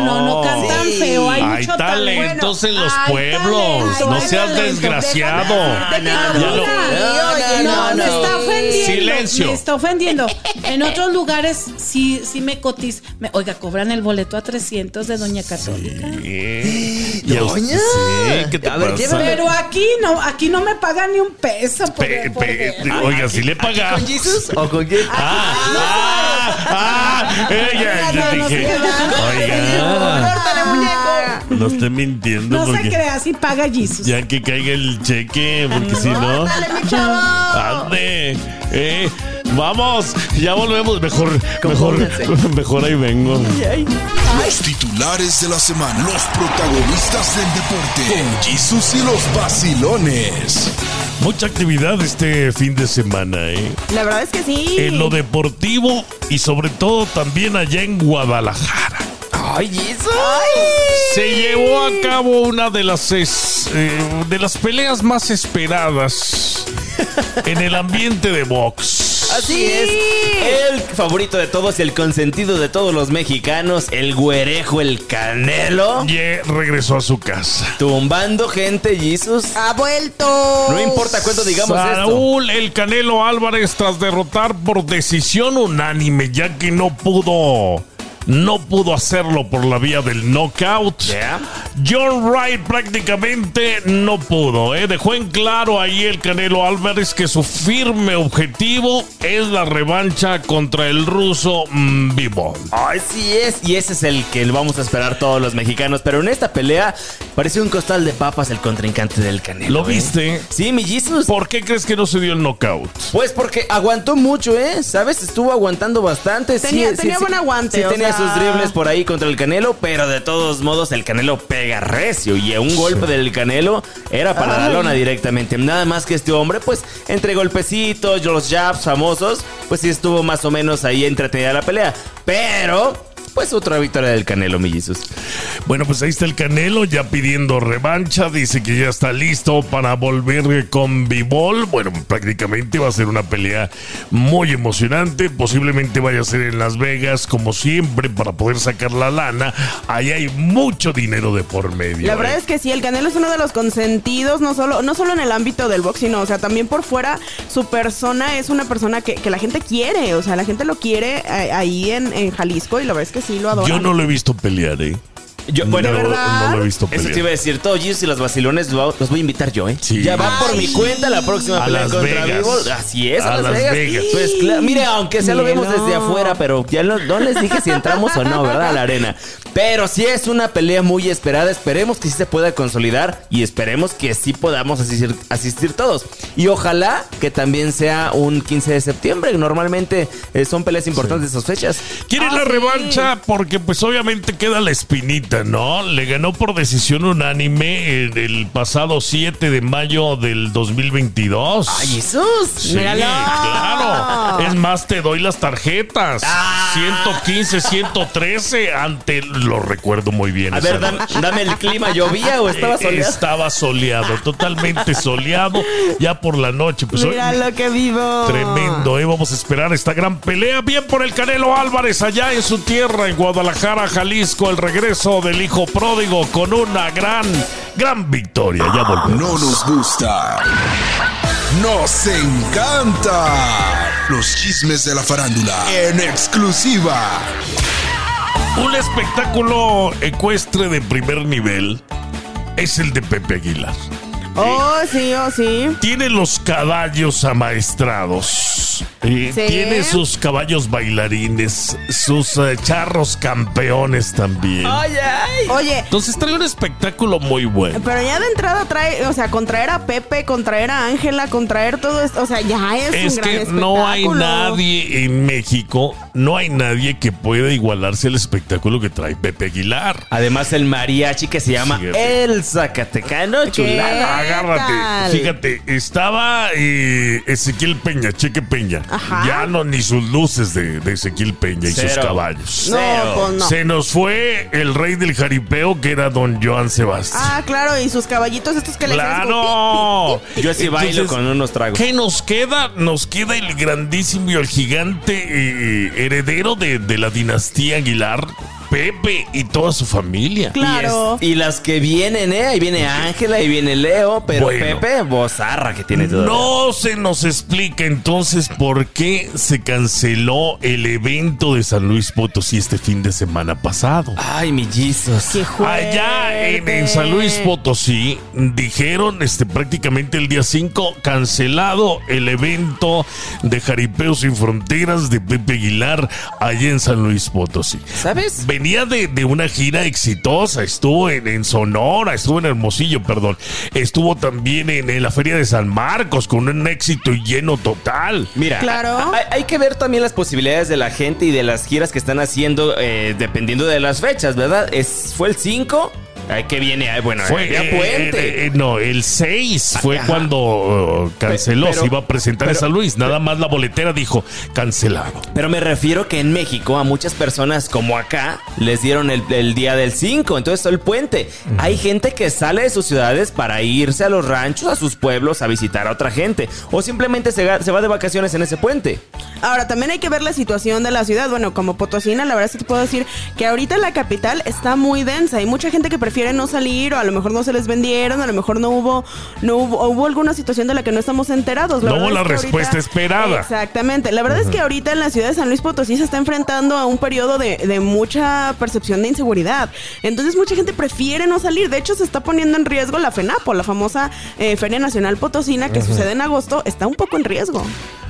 [SPEAKER 5] no, no
[SPEAKER 4] No.
[SPEAKER 5] canta tan feo. Hay,
[SPEAKER 4] Hay
[SPEAKER 5] mucho talento.
[SPEAKER 4] talentos en los
[SPEAKER 3] hay
[SPEAKER 4] pueblos.
[SPEAKER 3] talento,
[SPEAKER 4] no
[SPEAKER 3] hay
[SPEAKER 4] seas
[SPEAKER 3] talento.
[SPEAKER 4] desgraciado.
[SPEAKER 3] Déjame decirte que
[SPEAKER 4] Ya
[SPEAKER 3] no,
[SPEAKER 4] lo-
[SPEAKER 3] mira.
[SPEAKER 5] No,
[SPEAKER 3] No,
[SPEAKER 5] me
[SPEAKER 3] no,
[SPEAKER 5] está ofendiendo.
[SPEAKER 4] Silencio.
[SPEAKER 5] Me está ofendiendo. En otros lugares sí, sí me cotiz. me- oiga, cobran el boleto a 300 de Doña Católica.
[SPEAKER 4] Sí. Ya lo-
[SPEAKER 2] Doña.
[SPEAKER 4] Sí, ¿qué te
[SPEAKER 2] A ver,
[SPEAKER 4] pasa?
[SPEAKER 2] llévame.
[SPEAKER 5] Pero aquí no, aquí no me pagan ni un peso. Por,
[SPEAKER 4] Pe-
[SPEAKER 5] por
[SPEAKER 4] pe-
[SPEAKER 5] ver.
[SPEAKER 4] oiga, si le pagas.
[SPEAKER 2] ¿Con Jesus o con quién?
[SPEAKER 4] Ah, ah, ah, ella,
[SPEAKER 5] No, no,
[SPEAKER 4] yo
[SPEAKER 5] no
[SPEAKER 4] dije,
[SPEAKER 5] se
[SPEAKER 4] oiga,
[SPEAKER 2] Ah.
[SPEAKER 3] Córtale, muñeco.
[SPEAKER 4] no esté mintiendo
[SPEAKER 5] no se
[SPEAKER 4] porque
[SPEAKER 5] crea, sí paga Jesus.
[SPEAKER 4] ya que caiga el cheque, porque si no,
[SPEAKER 3] Córtale, mi chavo.
[SPEAKER 4] ande, eh, vamos, ya volvemos, mejor, mejor, mejor ahí vengo.
[SPEAKER 1] Los titulares de la semana. Los protagonistas del deporte. Con Jesús y los vacilones.
[SPEAKER 4] Mucha actividad este fin de semana, eh.
[SPEAKER 3] La verdad es que sí.
[SPEAKER 4] En lo deportivo y sobre todo también allá en Guadalajara.
[SPEAKER 2] ¡Ay, Jesus!
[SPEAKER 4] Se llevó a cabo una de las es- eh, de las peleas más esperadas en el ambiente de box.
[SPEAKER 2] Así es. El favorito de todos, el consentido de todos los mexicanos, el güerejo, el canelo.
[SPEAKER 4] Ye regresó a su casa.
[SPEAKER 2] Tumbando gente, Jesus.
[SPEAKER 3] Ha vuelto.
[SPEAKER 2] No importa cuánto digamos esto.
[SPEAKER 4] Saúl El Canelo Álvarez tras derrotar por decisión unánime ya que no pudo no pudo hacerlo por la vía del knockout.
[SPEAKER 2] Ya.
[SPEAKER 4] John Wright prácticamente no pudo. ¿eh? Dejó en claro ahí el Canelo Álvarez que su firme objetivo es la revancha contra el ruso mm, Bivol.
[SPEAKER 2] Así es, y ese es el que vamos a esperar todos los mexicanos. Pero en esta pelea pareció un costal de papas el contrincante del Canelo.
[SPEAKER 4] ¿Lo
[SPEAKER 2] ¿eh?
[SPEAKER 4] viste?
[SPEAKER 2] Sí, mi Jesus.
[SPEAKER 4] ¿Por qué crees que no se dio el knockout?
[SPEAKER 2] Pues porque aguantó mucho, ¿eh? ¿Sabes? Estuvo aguantando bastante.
[SPEAKER 3] Tenía- tenía buen aguante,
[SPEAKER 2] Sí,
[SPEAKER 3] o
[SPEAKER 2] tenía
[SPEAKER 3] sea-
[SPEAKER 2] sus dribles por ahí contra el Canelo, pero de todos modos el Canelo pega recio y un golpe del Canelo era para la lona directamente. Nada más que este hombre, pues entre golpecitos, los jabs famosos, pues sí estuvo más o menos ahí entretenida la pelea. Pero... Pues otra victoria del Canelo, mi Jesus.
[SPEAKER 4] Bueno, pues ahí está el Canelo ya pidiendo revancha. Dice que ya está listo para volver con Bivol. Bueno, prácticamente va a ser una pelea muy emocionante. Posiblemente vaya a ser en Las Vegas, como siempre, para poder sacar la lana. Ahí hay mucho dinero de por medio.
[SPEAKER 3] La
[SPEAKER 4] ¿eh?
[SPEAKER 3] verdad es que sí, el Canelo es uno de los consentidos, no solo, no solo en el ámbito del box, sino, o sea, también por fuera, su persona es una persona que, que la gente quiere, o sea, la gente lo quiere eh, ahí en, en Jalisco y la verdad es que sí, lo adora.
[SPEAKER 4] Yo no lo he visto pelear, ¿eh?
[SPEAKER 2] Yo, bueno,
[SPEAKER 4] no,
[SPEAKER 3] verdad?
[SPEAKER 4] no lo he visto
[SPEAKER 2] eso te iba a
[SPEAKER 4] pelear.
[SPEAKER 2] decir. Todos Jesus y los vacilones lo- los voy a invitar yo, ¿eh?
[SPEAKER 4] Sí.
[SPEAKER 2] Ya va por mi cuenta la próxima
[SPEAKER 4] A
[SPEAKER 2] pelea
[SPEAKER 4] Las
[SPEAKER 2] contra
[SPEAKER 4] Vegas.
[SPEAKER 2] Bivol. Así es, a, Las, Vegas. Pues
[SPEAKER 3] Sí.
[SPEAKER 2] claro, mire, aunque sea lo vemos
[SPEAKER 3] Míralo.
[SPEAKER 2] desde afuera, pero ya no, no les dije si entramos o no, ¿verdad? A la arena. Pero sí es una pelea muy esperada. Esperemos que sí se pueda consolidar y esperemos que sí podamos asistir, asistir todos. Y ojalá que también sea un 15 de septiembre. Normalmente eh, son peleas importantes esas fechas.
[SPEAKER 4] Quiere
[SPEAKER 2] Ah,
[SPEAKER 4] la revancha porque pues obviamente queda la espinita, ¿no? Le ganó por decisión unánime en el pasado 7 de mayo del 2022.
[SPEAKER 2] ¡Ay, Jesús!
[SPEAKER 4] Sí, claro. Es más, te doy las tarjetas.
[SPEAKER 2] Ah.
[SPEAKER 4] 115, 113. Ante, lo recuerdo muy bien.
[SPEAKER 2] A
[SPEAKER 4] esa
[SPEAKER 2] ver, dam-
[SPEAKER 4] noche.
[SPEAKER 2] dame el clima. ¿Llovía o estaba
[SPEAKER 4] Eh,
[SPEAKER 2] soleado?
[SPEAKER 4] Estaba soleado, totalmente soleado. Ya por la noche, pues hoy-
[SPEAKER 3] Mira lo que vivo.
[SPEAKER 4] Tremendo, ¿eh? vamos a esperar esta gran pelea. Bien por el Canelo Álvarez, allá en su tierra, en Guadalajara, Jalisco, el regreso del hijo pródigo con una gran, gran victoria. Ya volvemos.
[SPEAKER 1] No nos gusta. Nos encanta. Los chismes de la farándula. En exclusiva.
[SPEAKER 4] Un espectáculo ecuestre de primer nivel es el de Pepe Aguilar.
[SPEAKER 3] Oh, sí, oh, sí.
[SPEAKER 4] Tiene los caballos amaestrados. eh,
[SPEAKER 3] Sí.
[SPEAKER 4] Tiene sus caballos bailarines, sus eh, charros campeones también.
[SPEAKER 3] Oye,
[SPEAKER 4] Entonces trae un espectáculo muy bueno.
[SPEAKER 3] pero ya de entrada trae, o sea, contraer a Pepe, contraer a Ángela, contraer todo esto, o sea, ya es,
[SPEAKER 4] Es
[SPEAKER 3] un gran
[SPEAKER 4] que no hay
[SPEAKER 3] espectáculo.
[SPEAKER 4] nadie en México, no hay nadie que pueda igualarse al espectáculo que trae Pepe Aguilar.
[SPEAKER 2] Además, el mariachi que se llama
[SPEAKER 4] Fíjate.
[SPEAKER 2] El Zacatecano Chulada.
[SPEAKER 4] Agárrate.
[SPEAKER 3] tal?
[SPEAKER 4] Fíjate, estaba eh, Ezequiel Peña, Cheque Peña.
[SPEAKER 3] Ajá.
[SPEAKER 4] Ya no, ni sus luces de, de Ezequiel Peña y
[SPEAKER 2] Cero.
[SPEAKER 4] sus caballos.
[SPEAKER 3] No,
[SPEAKER 2] Cero.
[SPEAKER 3] pues no.
[SPEAKER 4] Se nos fue el rey del jaripeo que era don Joan Sebastián.
[SPEAKER 3] Ah, claro, y sus caballitos estos que le hacen como-
[SPEAKER 4] ¡Claro!
[SPEAKER 2] Yo así bailo
[SPEAKER 4] Entonces,
[SPEAKER 2] con unos tragos.
[SPEAKER 4] ¿Qué nos queda? Nos queda el grandísimo y el gigante eh, heredero de, de la dinastía Aguilar, Pepe y toda su familia.
[SPEAKER 3] Claro.
[SPEAKER 2] Y, es- y las que vienen, ¿eh? Ahí viene Ángela, ahí viene Leo, pero
[SPEAKER 4] Bueno.
[SPEAKER 2] Pepe, bozarra que tiene todo.
[SPEAKER 4] No se nos explica entonces por qué se canceló el evento de San Luis Potosí este fin de semana pasado.
[SPEAKER 2] Ay, mi Jesus.
[SPEAKER 3] Qué
[SPEAKER 4] Allá Ah,
[SPEAKER 2] eh,
[SPEAKER 4] en, en San Luis Potosí dijeron este, prácticamente el día 5 cancelado el evento de Jaripeo sin Fronteras de Pepe Aguilar allá en San Luis Potosí.
[SPEAKER 2] ¿Sabes?
[SPEAKER 4] Venía de, de una gira exitosa, estuvo en, en Sonora, estuvo en Hermosillo, perdón, estuvo también en, en la Feria de San Marcos con un éxito lleno total.
[SPEAKER 2] Mira,
[SPEAKER 3] Claro.
[SPEAKER 2] a- a- hay, que ver también las posibilidades de la gente y de las giras que están haciendo eh, dependiendo de las fechas, ¿verdad? Es, fue el 5, ay, que viene, ay, bueno,
[SPEAKER 4] Fue
[SPEAKER 2] había
[SPEAKER 4] eh,
[SPEAKER 2] puente. Ah,
[SPEAKER 4] eh, eh, no, el 6 fue
[SPEAKER 2] Ajá.
[SPEAKER 4] cuando eh, canceló,
[SPEAKER 2] Pero-
[SPEAKER 4] se iba a presentar en
[SPEAKER 2] pero-
[SPEAKER 4] San Luis. Nada más la boletera dijo cancelado.
[SPEAKER 2] Pero me refiero que en México a muchas personas como acá les dieron el, el día del 5, entonces todo el puente. Hay gente que sale de sus ciudades para irse a los ranchos, a sus pueblos, a visitar a otra gente. O simplemente se, ga- se va de vacaciones en ese puente.
[SPEAKER 3] Ahora, también hay que ver la situación de la ciudad. Bueno, como potosina, la verdad sí te puedo decir que ahorita la capital está muy densa. Hay mucha gente que prefiere no salir o a lo mejor no se les vendieron, a lo mejor no hubo no hubo, o hubo alguna situación de la que no estamos enterados.
[SPEAKER 4] No hubo
[SPEAKER 3] verdad
[SPEAKER 4] la
[SPEAKER 3] es que
[SPEAKER 4] respuesta esperada.
[SPEAKER 3] Exactamente. La verdad es que ahorita en la ciudad de San Luis Potosí se está enfrentando a un periodo de, de mucha percepción de inseguridad. Entonces mucha gente prefiere no salir. De hecho, se está poniendo en riesgo la FENAPO, la famosa eh, Feria Nacional Potosina que sucede en agosto. Está un poco en riesgo.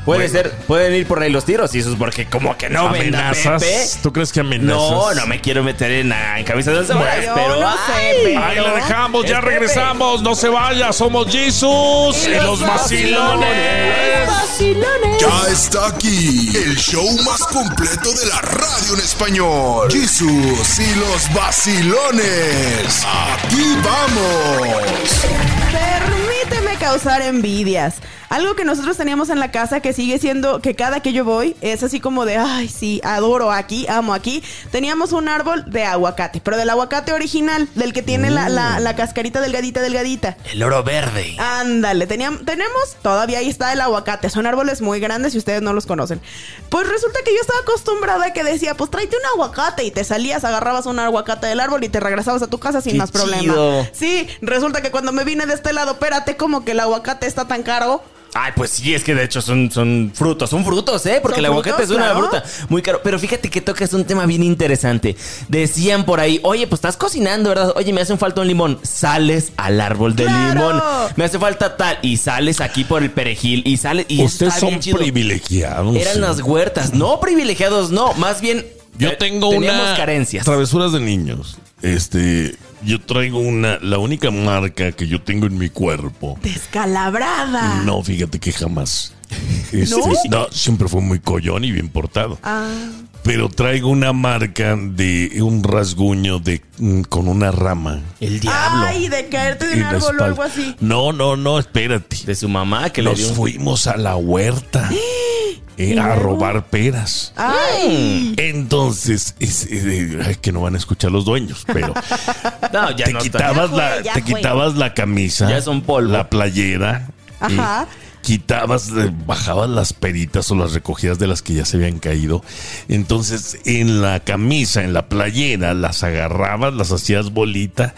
[SPEAKER 2] Puede ser, pueden ir por ahí los tiros, y eso es porque como que no venda Pepe.
[SPEAKER 4] ¿Tú crees que amenazas?
[SPEAKER 2] No, no me quiero meter en, en cabeza de once varas,
[SPEAKER 3] Yo
[SPEAKER 2] pero
[SPEAKER 3] no sé,
[SPEAKER 2] ay,
[SPEAKER 3] pero-
[SPEAKER 4] Ahí la dejamos, ya
[SPEAKER 2] Es Pepe.
[SPEAKER 4] regresamos. No se vaya, somos Jesus y, los vacilones.
[SPEAKER 1] Ya está aquí el show más completo de la radio en español. Jesús y los vacilones. Aquí vamos.
[SPEAKER 3] Permíteme causar envidias. Algo que nosotros teníamos en la casa que sigue siendo que cada que yo voy es así como de, ay, sí, adoro aquí, amo aquí. Teníamos un árbol de aguacate, pero del aguacate original, del que tiene la, la- la cascarita delgadita, delgadita.
[SPEAKER 2] El oro verde.
[SPEAKER 3] Ándale, teníamos, tenemos, todavía ahí está el aguacate. Son árboles muy grandes y ustedes no los conocen. Pues resulta que yo estaba acostumbrada a que decía, pues tráete un aguacate y te salías, agarrabas un aguacate del árbol y te regresabas a tu casa sin
[SPEAKER 2] Qué
[SPEAKER 3] más problema.
[SPEAKER 2] chido.
[SPEAKER 3] Sí, resulta que cuando me vine de este lado, espérate, como que el aguacate está tan caro.
[SPEAKER 2] Ay, pues sí, es que de hecho son, son frutos, son frutos, ¿eh? Porque
[SPEAKER 3] Son
[SPEAKER 2] el aguacate
[SPEAKER 3] frutos,
[SPEAKER 2] es una
[SPEAKER 3] claro.
[SPEAKER 2] fruta muy caro. Pero fíjate que tocas un tema bien interesante. Decían por ahí, oye, pues estás cocinando, ¿verdad? Oye, me hace un falta un limón. Sales al árbol del
[SPEAKER 3] ¡Claro!
[SPEAKER 2] limón. Me hace falta tal. Y sales aquí por el perejil. Y sales. Y eso
[SPEAKER 4] Ustedes
[SPEAKER 2] está
[SPEAKER 4] son
[SPEAKER 2] bien chido.
[SPEAKER 4] privilegiados.
[SPEAKER 2] Eran las huertas. No privilegiados, no. Más bien. eh,
[SPEAKER 4] Yo tengo
[SPEAKER 2] teníamos
[SPEAKER 4] una
[SPEAKER 2] carencias.
[SPEAKER 4] travesuras de niños. Este, yo traigo una, la única marca que yo tengo en mi cuerpo.
[SPEAKER 3] Descalabrada.
[SPEAKER 4] No, fíjate que jamás.
[SPEAKER 3] [LAUGHS]
[SPEAKER 4] Este,
[SPEAKER 3] Ah. ¿No?
[SPEAKER 4] no, siempre fue muy collón y bien portado.
[SPEAKER 3] Ah,
[SPEAKER 4] Pero traigo una marca de un rasguño de mm, con una rama.
[SPEAKER 2] El diablo.
[SPEAKER 3] Ay, de caerte de
[SPEAKER 4] en
[SPEAKER 3] un
[SPEAKER 4] la
[SPEAKER 3] árbol o
[SPEAKER 4] espalda.
[SPEAKER 3] algo así.
[SPEAKER 4] No, no, no, espérate.
[SPEAKER 2] De su mamá que
[SPEAKER 4] Nos
[SPEAKER 2] le dio.
[SPEAKER 4] fuimos a la
[SPEAKER 3] [GASPS]
[SPEAKER 4] huerta eh, a robar peras.
[SPEAKER 3] Ay.
[SPEAKER 4] Entonces, es, eh, ay, que no van a escuchar los dueños,
[SPEAKER 3] [LAUGHS]
[SPEAKER 4] pero
[SPEAKER 2] No, ya
[SPEAKER 4] te
[SPEAKER 2] no está.
[SPEAKER 4] quitabas
[SPEAKER 3] Ya
[SPEAKER 4] la,
[SPEAKER 3] fue, ya
[SPEAKER 4] te
[SPEAKER 3] fue.
[SPEAKER 4] quitabas la camisa,
[SPEAKER 2] Ya son polvo.
[SPEAKER 4] la playera, y
[SPEAKER 3] Ajá.
[SPEAKER 4] quitabas, eh, bajabas las peritas o las recogidas de las que ya se habían caído. Entonces, en la camisa, en la playera, las agarrabas, las hacías bolita.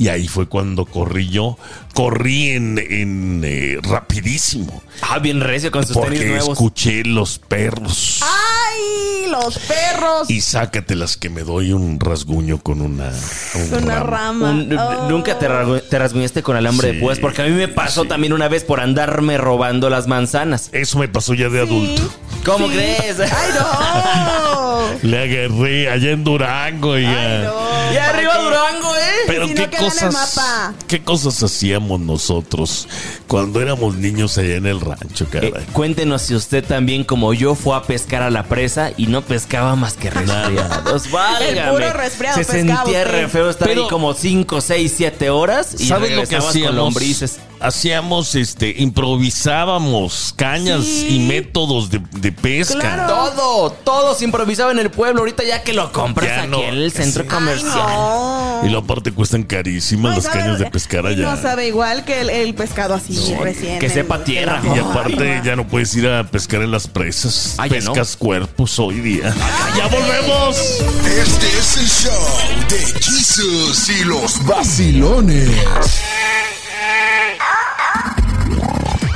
[SPEAKER 4] Y ahí fue cuando corrí yo, corrí en, en, eh, rapidísimo,
[SPEAKER 2] Ah, bien recio con sus tenis
[SPEAKER 4] porque
[SPEAKER 2] nuevos.
[SPEAKER 4] escuché los perros.
[SPEAKER 3] Ay, los perros.
[SPEAKER 4] Y sácatelas que me doy un rasguño con una, un
[SPEAKER 3] una
[SPEAKER 4] ramo.
[SPEAKER 3] rama.
[SPEAKER 2] Un-
[SPEAKER 3] Oh.
[SPEAKER 2] Nunca te, rasgu- te rasguñaste con alambre de
[SPEAKER 4] Sí,
[SPEAKER 2] púas, porque a mí me pasó
[SPEAKER 4] sí.
[SPEAKER 2] también una vez por andarme robando las manzanas.
[SPEAKER 4] Eso me pasó ya de adulto.
[SPEAKER 2] ¿Cómo
[SPEAKER 4] [LAUGHS]
[SPEAKER 2] crees?
[SPEAKER 3] Ay, no.
[SPEAKER 4] Le agarré allá en Durango y a-
[SPEAKER 3] No,
[SPEAKER 2] y arriba
[SPEAKER 3] ¿para qué?
[SPEAKER 2] Durango, ¿eh?
[SPEAKER 4] Pero
[SPEAKER 3] Si no
[SPEAKER 4] qué
[SPEAKER 3] queda en el
[SPEAKER 4] cosas,
[SPEAKER 3] mapa.
[SPEAKER 4] qué cosas hacíamos nosotros cuando éramos niños allá en el rancho, caray.
[SPEAKER 2] Eh, cuéntenos si usted también, como yo, fue a pescar a la presa y no pescaba más que
[SPEAKER 4] [LAUGHS]
[SPEAKER 2] resfriados. Válgame.
[SPEAKER 3] El puro resfriado
[SPEAKER 2] Se
[SPEAKER 3] pescaba
[SPEAKER 2] sentía
[SPEAKER 3] usted.
[SPEAKER 2] re feo estar
[SPEAKER 4] Pero-
[SPEAKER 2] ahí como 5, 6, 7 horas y
[SPEAKER 4] ¿Sabes lo que
[SPEAKER 2] regresabas con
[SPEAKER 4] hacíamos?
[SPEAKER 2] lombrices.
[SPEAKER 4] hacíamos, este, improvisábamos cañas
[SPEAKER 3] Sí.
[SPEAKER 4] y métodos de, de pesca.
[SPEAKER 3] Claro.
[SPEAKER 2] Todo, todo se improvisaba en el pueblo. Ahorita ya que lo compras
[SPEAKER 4] Ya
[SPEAKER 2] aquí
[SPEAKER 4] no,
[SPEAKER 2] en el centro
[SPEAKER 4] sí.
[SPEAKER 3] Ay,
[SPEAKER 2] comercial.
[SPEAKER 3] no.
[SPEAKER 4] Y lo aparte cuestan carísimas
[SPEAKER 3] No,
[SPEAKER 4] las
[SPEAKER 3] sabe-
[SPEAKER 4] cañas de pescar
[SPEAKER 3] y
[SPEAKER 4] allá.
[SPEAKER 3] No sabe igual que el, el pescado así recién.
[SPEAKER 2] que sepa
[SPEAKER 3] el-
[SPEAKER 2] tierra.
[SPEAKER 3] el-
[SPEAKER 4] Y aparte ya no puedes ir a pescar en las presas.
[SPEAKER 2] Ah, ya no.
[SPEAKER 4] Pescas cuerpos hoy día. ¡Ya volvemos!
[SPEAKER 1] Este es el show de Jesus y los vacilones.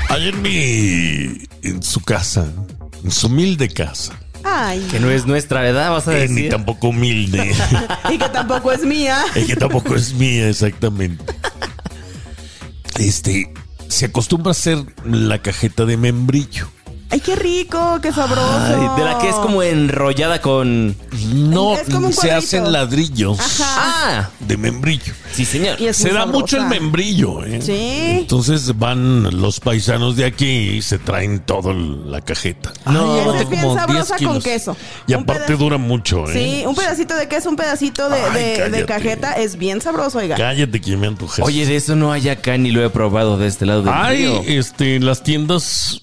[SPEAKER 4] Ayer mi... en su casa, en su humilde casa.
[SPEAKER 3] Ay.
[SPEAKER 2] Que no es nuestra edad, vas a
[SPEAKER 4] Eh,
[SPEAKER 2] decir.
[SPEAKER 4] ni tampoco humilde.
[SPEAKER 3] Y que tampoco es mía.
[SPEAKER 4] Es que tampoco es mía, exactamente. Este, se acostumbra a hacer la cajeta de membrillo.
[SPEAKER 3] Ay, qué rico, qué sabroso.
[SPEAKER 2] Ay, de la que es como enrollada con.
[SPEAKER 4] No,
[SPEAKER 3] Es como un
[SPEAKER 4] se
[SPEAKER 3] cuadrito.
[SPEAKER 4] hacen ladrillos
[SPEAKER 2] Ah,
[SPEAKER 4] de membrillo.
[SPEAKER 2] sí, señor.
[SPEAKER 3] Y es
[SPEAKER 4] se
[SPEAKER 3] muy
[SPEAKER 4] da
[SPEAKER 3] sabrosa.
[SPEAKER 4] mucho el membrillo, ¿eh?
[SPEAKER 3] Sí.
[SPEAKER 4] Entonces van los paisanos de aquí y se traen toda la cajeta.
[SPEAKER 2] No,
[SPEAKER 3] esa
[SPEAKER 4] aguanta
[SPEAKER 3] es bien sabrosa con queso.
[SPEAKER 4] Y
[SPEAKER 3] Un
[SPEAKER 4] aparte
[SPEAKER 3] pedazo-
[SPEAKER 4] dura mucho, ¿eh?
[SPEAKER 3] Sí, un pedacito de queso, un pedacito de,
[SPEAKER 4] Ay,
[SPEAKER 3] de- de
[SPEAKER 4] cállate.
[SPEAKER 3] cajeta es bien sabroso, oiga.
[SPEAKER 4] Cállate que me antojaste.
[SPEAKER 2] Oye, de eso no hay acá ni lo he probado de este lado del río.
[SPEAKER 4] Hay este, en las tiendas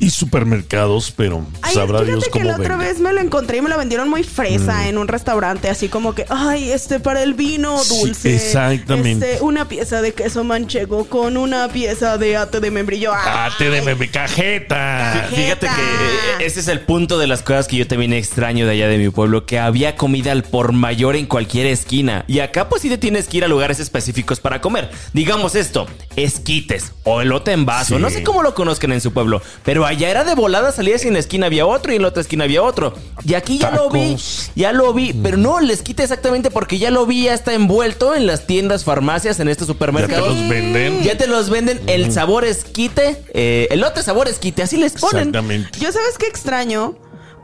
[SPEAKER 4] y supermercados, pero
[SPEAKER 3] Ay,
[SPEAKER 4] sabrá
[SPEAKER 3] fíjate
[SPEAKER 4] Dios
[SPEAKER 3] que
[SPEAKER 4] cómo
[SPEAKER 3] la otra
[SPEAKER 4] venga. Mm.
[SPEAKER 3] vez me lo encontré y me lo vendieron muy fresa en un restaurante, así como que, ay, este para el vino
[SPEAKER 4] Sí,
[SPEAKER 3] dulce.
[SPEAKER 4] exactamente.
[SPEAKER 3] Este, una pieza de queso manchego con una pieza de ate de
[SPEAKER 4] [LAUGHS]
[SPEAKER 3] membrillo.
[SPEAKER 4] Ah,
[SPEAKER 3] Ah,
[SPEAKER 4] te de mi cajeta.
[SPEAKER 3] Cajeta.
[SPEAKER 2] Fíjate que eh, ese es el punto de las cosas que yo también extraño de allá de mi pueblo, que había comida al por mayor en cualquier esquina. Y acá pues sí te tienes que ir a lugares específicos para comer. Digamos esto, esquites o elote en vaso.
[SPEAKER 4] Sí.
[SPEAKER 2] No sé cómo lo conozcan en su pueblo, pero allá era de volada, salías y en la esquina había otro y en la otra esquina había otro. Y aquí ya lo vi,
[SPEAKER 4] Tacos. Mm.
[SPEAKER 2] ya lo vi, pero no el esquite exactamente porque ya lo vi, ya está envuelto en las tiendas, farmacias, en este estos
[SPEAKER 4] Ya te
[SPEAKER 2] supermercados.
[SPEAKER 4] los venden.
[SPEAKER 2] Ya te los venden el sabor esquite, eh, elote sabor esquite, así les ponen.
[SPEAKER 4] Exactamente.
[SPEAKER 3] Yo sabes qué extraño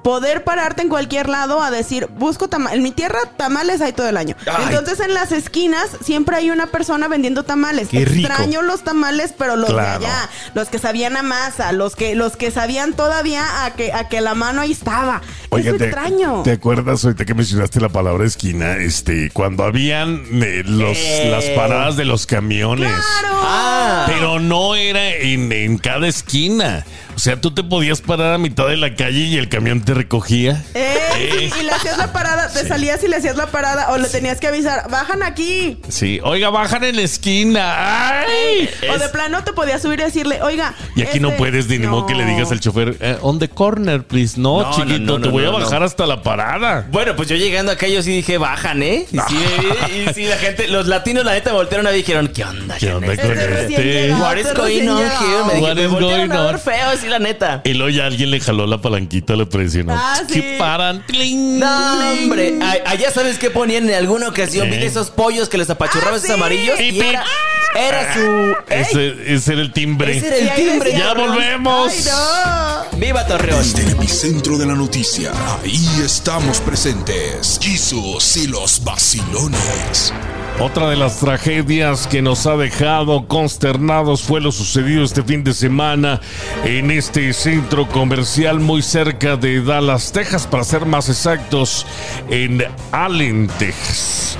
[SPEAKER 3] poder pararte en cualquier lado a decir, busco tamales. En mi tierra tamales hay todo el año.
[SPEAKER 4] Ay.
[SPEAKER 3] Entonces en las esquinas siempre hay una persona vendiendo tamales.
[SPEAKER 4] Qué rico.
[SPEAKER 3] extraño los tamales, pero los
[SPEAKER 4] Claro.
[SPEAKER 3] de allá, los que sabían a masa, los que los que sabían todavía a que a que la mano ahí estaba. Eso
[SPEAKER 4] te,
[SPEAKER 3] extraño.
[SPEAKER 4] ¿te acuerdas ahorita que mencionaste la palabra esquina? Este, cuando habían eh, los,
[SPEAKER 2] Eh.
[SPEAKER 4] las paradas de los camiones.
[SPEAKER 3] Claro.
[SPEAKER 2] Ah,
[SPEAKER 4] Pero no era en, en cada esquina. O sea, tú te podías parar a mitad de la calle y el camión te recogía.
[SPEAKER 3] Eh, y le hacías la parada, te salías y le hacías la parada o le tenías que avisar, bajan aquí.
[SPEAKER 4] Sí, oiga, bajan en la esquina. ¡Ay!
[SPEAKER 3] O de plano te podías subir y decirle, oiga.
[SPEAKER 4] Y aquí no
[SPEAKER 3] este-
[SPEAKER 4] puedes ni modo que le digas al chofer, eh, on the corner, please. No,
[SPEAKER 2] No,
[SPEAKER 4] chiquito,
[SPEAKER 2] no, no,
[SPEAKER 4] te
[SPEAKER 2] no,
[SPEAKER 4] voy a
[SPEAKER 2] no, no.
[SPEAKER 4] bajar hasta la parada.
[SPEAKER 2] Bueno, pues yo llegando acá, yo sí dije, bajan, ¿eh? Y sí, y sí, la gente, los latinos, la neta, voltearon a mí y dijeron, ¿qué onda?
[SPEAKER 4] ¿Qué onda
[SPEAKER 2] Janet?
[SPEAKER 4] con
[SPEAKER 3] Este recién
[SPEAKER 4] este?
[SPEAKER 3] llegado.
[SPEAKER 2] What is
[SPEAKER 3] Este
[SPEAKER 2] going
[SPEAKER 3] recién
[SPEAKER 2] on
[SPEAKER 3] llegado.
[SPEAKER 2] here? Me
[SPEAKER 4] What
[SPEAKER 2] dije, me
[SPEAKER 4] is
[SPEAKER 2] voltearon
[SPEAKER 4] going
[SPEAKER 2] a ver
[SPEAKER 4] on?
[SPEAKER 2] feo, sí, la neta.
[SPEAKER 4] Y luego ya alguien le jaló la palanquita, le presionó.
[SPEAKER 3] Ah, sí.
[SPEAKER 4] Que paran. ¡Tling!
[SPEAKER 2] No, hombre. A- allá sabes qué ponían en alguna ocasión.
[SPEAKER 4] ¿Eh?
[SPEAKER 2] Vi de esos pollos que les apachurraban
[SPEAKER 3] Ah,
[SPEAKER 2] esos
[SPEAKER 3] sí.
[SPEAKER 2] amarillos.
[SPEAKER 4] Y
[SPEAKER 2] Y
[SPEAKER 4] pin-
[SPEAKER 2] era, era su. ¡Ey!
[SPEAKER 4] Ah, Ese, ese era el timbre.
[SPEAKER 2] Ese era el
[SPEAKER 3] Y ahí
[SPEAKER 2] timbre.
[SPEAKER 3] decía,
[SPEAKER 4] Ah. ¡Ya volvemos!
[SPEAKER 3] Ay, no.
[SPEAKER 2] ¡Viva Torreón!
[SPEAKER 1] Desde el epicentro de la noticia, ahí estamos presentes. Jesus y los vacilones.
[SPEAKER 4] Otra de las tragedias que nos ha dejado consternados fue lo sucedido este fin de semana en este centro comercial muy cerca de Dallas, Texas, para ser más exactos, en Allen, Texas.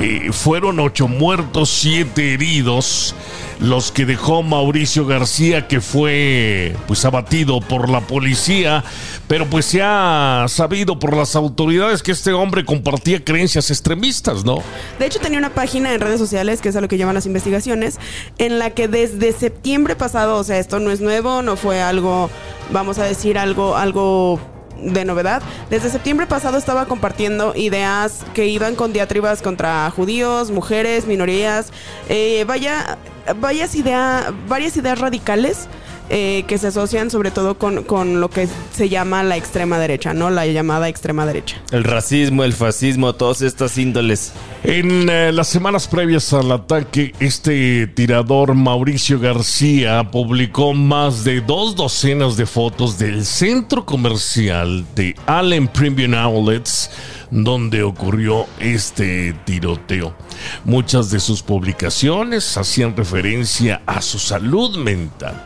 [SPEAKER 4] Eh, fueron ocho muertos, siete heridos, los que dejó Mauricio García, que fue pues abatido por la policía, pero pues se ha sabido por las autoridades que este hombre compartía creencias extremistas, ¿no?
[SPEAKER 3] De hecho, tenía una página en redes sociales, que es a lo que llaman las investigaciones, en la que desde septiembre pasado, o sea, esto no es nuevo, no fue algo, vamos a decir, algo, algo de novedad. Desde septiembre pasado estaba compartiendo ideas que iban con diatribas contra judíos, mujeres, minorías, eh, vaya, varias, idea, varias ideas radicales eh, que se asocian sobre todo con, con lo que se llama la extrema derecha, ¿no? La llamada extrema derecha.
[SPEAKER 2] El racismo, el fascismo, todas estas índoles.
[SPEAKER 4] En eh, las semanas previas al ataque, este tirador Mauricio García publicó más de dos docenas de fotos del centro comercial de Allen Premium Outlets, donde ocurrió este tiroteo. Muchas de sus publicaciones hacían referencia a su salud mental.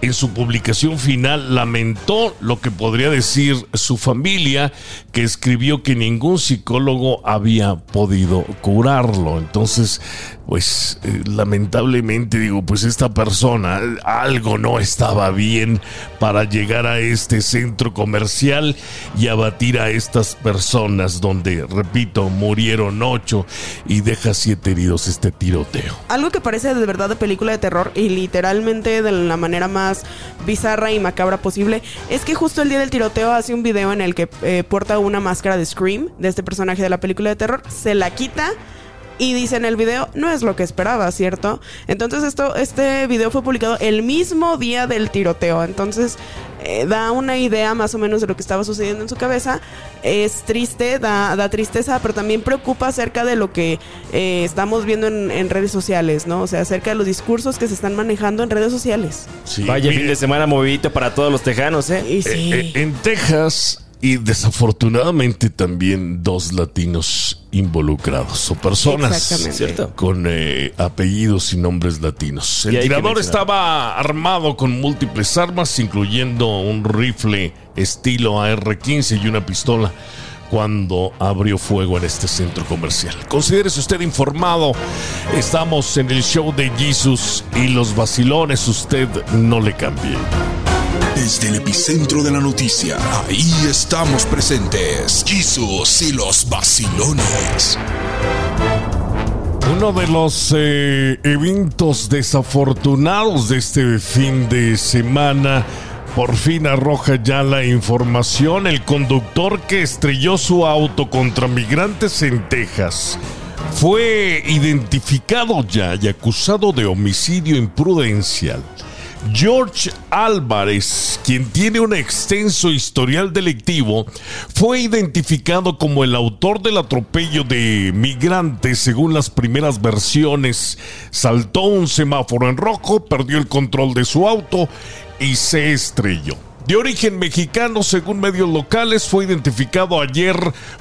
[SPEAKER 4] en su publicación final lamentó lo que podría decir su familia, que escribió que ningún psicólogo había podido curarlo. Entonces, pues eh, lamentablemente digo, pues esta persona eh, algo no estaba bien para llegar a este centro comercial y abatir a estas personas donde, repito, murieron ocho y deja siete heridos este tiroteo.
[SPEAKER 3] Algo que parece de verdad de película de terror y literalmente de la manera más bizarra y macabra posible es que justo el día del tiroteo hace un video en el que eh, porta una máscara de Scream, de este personaje de la película de terror, se la quita. Y dice en el video, no es lo que esperaba, ¿cierto? Entonces esto, este video fue publicado el mismo día del tiroteo. Entonces eh, da una idea más o menos de lo que estaba sucediendo en su cabeza. Es triste, da, da tristeza, pero también preocupa acerca de lo que eh, estamos viendo en, en redes sociales, ¿no? O sea, acerca de los discursos que se están manejando en redes sociales.
[SPEAKER 4] Sí,
[SPEAKER 2] Vaya
[SPEAKER 4] mire,
[SPEAKER 2] fin de semana movidito para todos los tejanos, ¿eh?
[SPEAKER 3] Y sí.
[SPEAKER 4] eh, eh, en Texas y desafortunadamente también dos latinos involucrados o personas
[SPEAKER 3] Exactamente.
[SPEAKER 2] ¿Cierto?
[SPEAKER 4] con eh, apellidos y nombres latinos.
[SPEAKER 2] Y
[SPEAKER 4] El
[SPEAKER 2] hay que
[SPEAKER 4] tirador
[SPEAKER 2] mencionar.
[SPEAKER 4] estaba armado con múltiples armas, incluyendo un rifle estilo AR-15 y una pistola. Cuando abrió fuego en este centro comercial. Considérese usted informado. Estamos en el show de Jesus y los vacilones. Usted no le cambie.
[SPEAKER 1] Desde el epicentro de la noticia, ahí estamos presentes. Jesus y los vacilones.
[SPEAKER 4] Uno de los eh, eventos desafortunados de este fin de semana por fin arroja ya la información. El conductor que estrelló su auto contra migrantes en Texas fue identificado ya y acusado de homicidio imprudencial. George Álvarez, quien tiene un extenso historial delictivo, fue identificado como el autor del atropello de migrantes según las primeras versiones. Saltó un semáforo en rojo, perdió el control de su auto y se estrelló. De origen mexicano, según medios locales, fue identificado ayer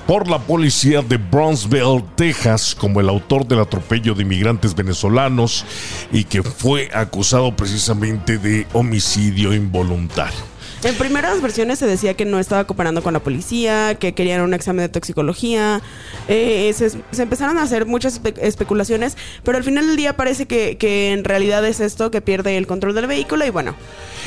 [SPEAKER 4] por la policía de Brownsville, Texas, como el autor del atropello de inmigrantes venezolanos y que fue acusado precisamente de homicidio involuntario.
[SPEAKER 3] En primeras versiones se decía que no estaba cooperando con la policía, que querían un examen de toxicología. eh, se, se empezaron a hacer muchas espe- especulaciones, pero al final del día parece que, que en realidad es esto que pierde el control del vehículo y bueno,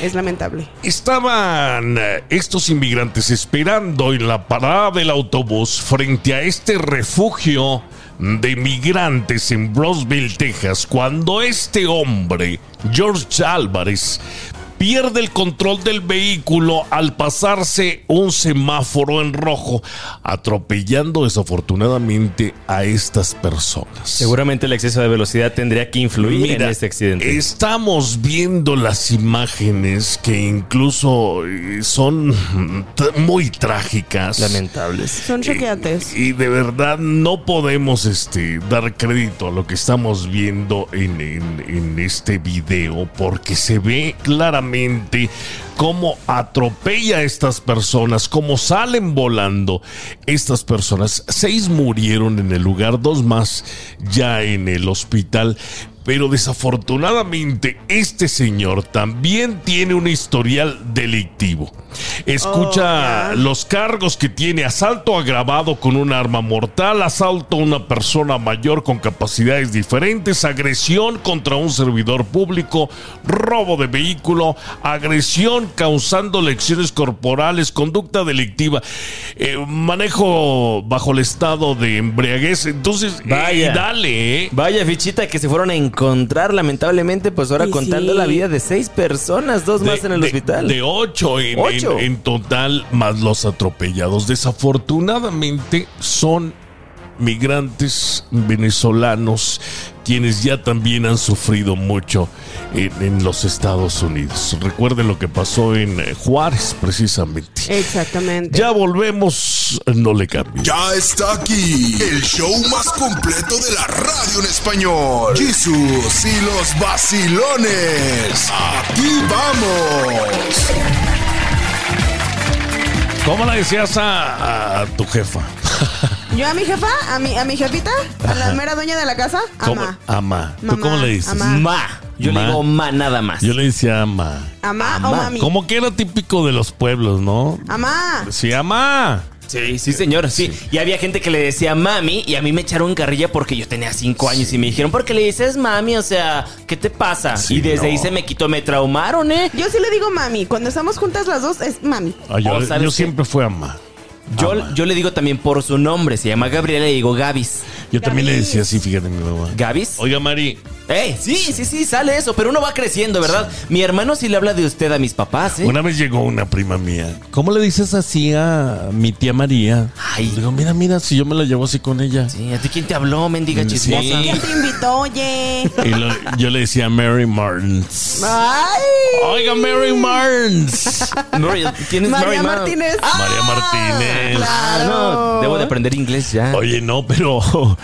[SPEAKER 3] es lamentable.
[SPEAKER 4] Estaban eh, estos inmigrantes esperando en la parada del autobús frente a este refugio de migrantes en Brosville, Texas, cuando este hombre, George Álvarez, pierde el control del vehículo al pasarse un semáforo en rojo, atropellando desafortunadamente a estas personas.
[SPEAKER 2] Seguramente el exceso de velocidad tendría que influir
[SPEAKER 4] Mira,
[SPEAKER 2] en este accidente.
[SPEAKER 4] Estamos viendo las imágenes que incluso eh, son t- muy trágicas.
[SPEAKER 2] Lamentables.
[SPEAKER 3] Son choqueantes.
[SPEAKER 4] Y de verdad no podemos este, dar crédito a lo que estamos viendo en, en- en este video porque se ve claramente cómo atropella a estas personas, cómo salen volando estas personas. Seis murieron en el lugar, dos más ya en el hospital. Pero desafortunadamente este señor también tiene un historial delictivo. Escucha
[SPEAKER 3] Oh, ya.
[SPEAKER 4] los cargos que tiene asalto agravado con un arma mortal, asalto a una persona mayor con capacidades diferentes, agresión contra un servidor público, robo de vehículo, agresión causando lesiones corporales, conducta delictiva, eh, manejo bajo el estado de embriaguez. Entonces, eh,
[SPEAKER 2] Vaya.
[SPEAKER 4] y dale, eh.
[SPEAKER 2] Vaya fichita que se fueron a encontrar, lamentablemente, pues ahora
[SPEAKER 3] Y
[SPEAKER 2] contando
[SPEAKER 3] sí.
[SPEAKER 2] la vida de seis personas, dos más
[SPEAKER 4] De-
[SPEAKER 2] en el
[SPEAKER 4] de-
[SPEAKER 2] hospital.
[SPEAKER 4] De ocho en, en-
[SPEAKER 2] Ocho.
[SPEAKER 4] en total, más los atropellados. Desafortunadamente son migrantes venezolanos quienes ya también han sufrido mucho en, en los Estados Unidos. Recuerden lo que pasó en eh, Juárez,
[SPEAKER 2] Eh,
[SPEAKER 4] precisamente.
[SPEAKER 3] Exactamente.
[SPEAKER 4] Ya volvemos, no le cambie.
[SPEAKER 1] Ya está aquí el show más completo de la radio en español. Jesús y los vacilones. Aquí vamos.
[SPEAKER 4] ¿Cómo la decías a, a tu jefa?
[SPEAKER 3] Yo a mi jefa, a mi, a mi jefita, a la mera dueña de la casa,
[SPEAKER 4] ¿Cómo?
[SPEAKER 3] ama.
[SPEAKER 4] Ama. ¿Tú
[SPEAKER 3] Mamá,
[SPEAKER 4] cómo le dices?
[SPEAKER 3] ama.
[SPEAKER 2] Ma. Yo
[SPEAKER 4] Ma.
[SPEAKER 2] le digo ma nada más.
[SPEAKER 4] Yo le decía ama.
[SPEAKER 3] Amá o
[SPEAKER 2] Amá.
[SPEAKER 3] mami.
[SPEAKER 4] Como que era típico de los pueblos, ¿no?
[SPEAKER 3] Amá.
[SPEAKER 4] Sí, ama.
[SPEAKER 2] Sí, sí, señor. Sí. Y había gente que le decía mami y a mí me echaron carrilla porque yo tenía cinco años y me dijeron, porque le dices mami? O sea, ¿qué te pasa?
[SPEAKER 4] Sí,
[SPEAKER 2] y desde
[SPEAKER 4] no.
[SPEAKER 2] ahí se me quitó, me traumaron, ¿eh?
[SPEAKER 3] Yo sí le digo mami. Cuando estamos juntas las dos es mami.
[SPEAKER 4] Ay, yo
[SPEAKER 2] Oh, ¿sabes
[SPEAKER 4] yo
[SPEAKER 2] qué?
[SPEAKER 4] siempre fui ama.
[SPEAKER 2] Yo,
[SPEAKER 4] Ama.
[SPEAKER 2] yo le digo también por su nombre, se llama Gabriela y le digo Gabis.
[SPEAKER 4] Yo también le
[SPEAKER 3] Gaby.
[SPEAKER 4] decía así, fíjate mi mamá.
[SPEAKER 2] ¿Gabis?
[SPEAKER 4] Oiga, Mari,
[SPEAKER 2] ¡Ey! Sí, sí, sí, sale eso, pero uno va creciendo, ¿verdad? Mi hermano sí le habla de usted a mis papás, ¿eh?
[SPEAKER 4] una vez llegó una prima mía. ¿Cómo le dices así a mi tía María?
[SPEAKER 2] Ay.
[SPEAKER 4] Le digo, mira, mira, si yo me la llevo así con ella.
[SPEAKER 2] Sí, ¿a ti quién te habló, mendiga
[SPEAKER 4] Mm,
[SPEAKER 2] chismosa?
[SPEAKER 4] sí.
[SPEAKER 2] [LAUGHS]
[SPEAKER 3] ¿Quién te invitó, oye?
[SPEAKER 4] Y lo- yo le decía Mary Martins.
[SPEAKER 3] Ay.
[SPEAKER 4] Oiga, Mary Martins.
[SPEAKER 2] Mary- ¿Quién es Mary
[SPEAKER 3] María
[SPEAKER 2] Ma-
[SPEAKER 3] Martínez.
[SPEAKER 4] [LAUGHS] María Martínez.
[SPEAKER 2] Ah, no, debo de aprender inglés ya.
[SPEAKER 4] Oye, no, pero [LAUGHS]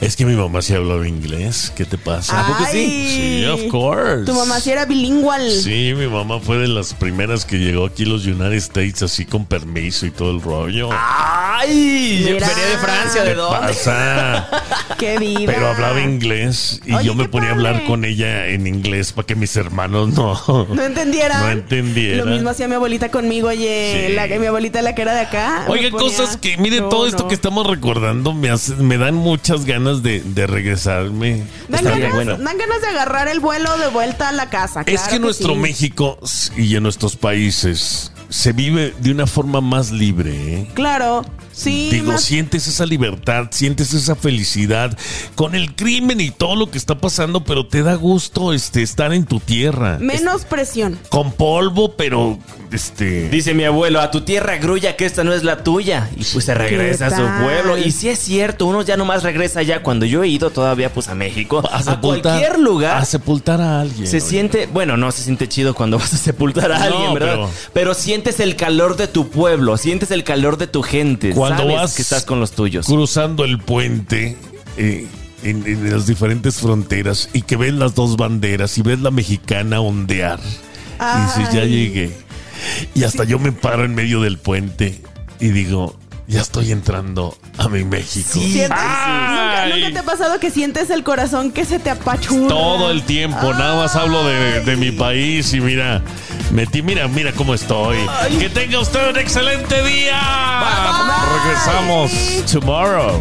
[SPEAKER 4] es que mi mamá sí hablaba inglés. ¿Qué te pasa?
[SPEAKER 3] ¿A poco sí? Ay.
[SPEAKER 4] Sí, of course.
[SPEAKER 3] Tu mamá sí era bilingüe.
[SPEAKER 4] Sí, mi mamá fue de las primeras que llegó aquí a los United States así con permiso y todo el rollo.
[SPEAKER 3] Ah,
[SPEAKER 2] ¡Ay! Yo
[SPEAKER 3] Mira.
[SPEAKER 2] venía de Francia, ¿de
[SPEAKER 4] ¿Qué
[SPEAKER 2] dónde?
[SPEAKER 4] pasa?
[SPEAKER 3] [LAUGHS] Qué viva.
[SPEAKER 4] Pero hablaba inglés y
[SPEAKER 3] Oye,
[SPEAKER 4] yo me
[SPEAKER 3] qué
[SPEAKER 4] ponía a hablar
[SPEAKER 3] padre.
[SPEAKER 4] con ella en inglés para que mis
[SPEAKER 3] [LAUGHS]
[SPEAKER 4] hermanos no.
[SPEAKER 3] No entendieran.
[SPEAKER 4] No
[SPEAKER 3] Lo
[SPEAKER 4] entendieran.
[SPEAKER 3] mismo hacía mi abuelita conmigo, oye.
[SPEAKER 4] Sí.
[SPEAKER 3] La, mi abuelita, la que era de acá.
[SPEAKER 4] Oiga,
[SPEAKER 3] me ponía-
[SPEAKER 4] cosas que, mire,
[SPEAKER 3] No,
[SPEAKER 4] todo esto
[SPEAKER 3] no.
[SPEAKER 4] que estamos recordando me, hace- me dan muchas ganas de, de regresarme.
[SPEAKER 2] Está
[SPEAKER 3] Dan
[SPEAKER 2] bien,
[SPEAKER 3] ganas,
[SPEAKER 2] bueno.
[SPEAKER 3] dan ganas de agarrar el vuelo de vuelta a la casa.
[SPEAKER 4] Es
[SPEAKER 3] claro
[SPEAKER 4] que nuestro
[SPEAKER 3] sí.
[SPEAKER 4] México y en nuestros países se vive de una forma más libre. ¿eh?
[SPEAKER 3] Claro. Sí.
[SPEAKER 4] Digo,
[SPEAKER 3] más-
[SPEAKER 4] sientes esa libertad, sientes esa felicidad con el crimen y todo lo que está pasando, pero te da gusto este, estar en tu tierra.
[SPEAKER 3] Menos presión.
[SPEAKER 4] Con polvo, pero este.
[SPEAKER 2] Dice mi abuelo, a tu tierra grulla que esta no es la tuya. Y pues se regresa a
[SPEAKER 3] ¿Qué
[SPEAKER 2] su
[SPEAKER 3] tal?
[SPEAKER 2] pueblo. Y sí es cierto, uno ya nomás regresa allá. Cuando yo he ido todavía pues a México, a, cualquier lugar.
[SPEAKER 4] A sepultar a alguien.
[SPEAKER 2] Se
[SPEAKER 4] oye.
[SPEAKER 2] siente, bueno, no se siente chido cuando [LAUGHS] vas a sepultar a
[SPEAKER 4] No,
[SPEAKER 2] alguien, ¿verdad?
[SPEAKER 4] pero-
[SPEAKER 2] Pero, sientes el calor de tu pueblo, sientes el calor de tu gente.
[SPEAKER 4] Cuando
[SPEAKER 2] sabes
[SPEAKER 4] vas
[SPEAKER 2] que estás con los tuyos.
[SPEAKER 4] Cruzando el puente eh, en, en las diferentes fronteras y que ves las dos banderas y ves la mexicana ondear. Y dices, ya
[SPEAKER 3] Ay.
[SPEAKER 4] llegué. Y hasta yo me paro en medio del puente y digo, ya estoy entrando a mi México.
[SPEAKER 2] Sí.
[SPEAKER 3] Sientes-
[SPEAKER 4] Ay.
[SPEAKER 3] ¿Nunca, nunca te ha pasado que sientes el corazón que se te apachurra?
[SPEAKER 4] Todo el tiempo, nada más hablo de, de mi país y mira, metí, mira, mira cómo estoy. Que tenga usted un excelente día. Regresamos tomorrow.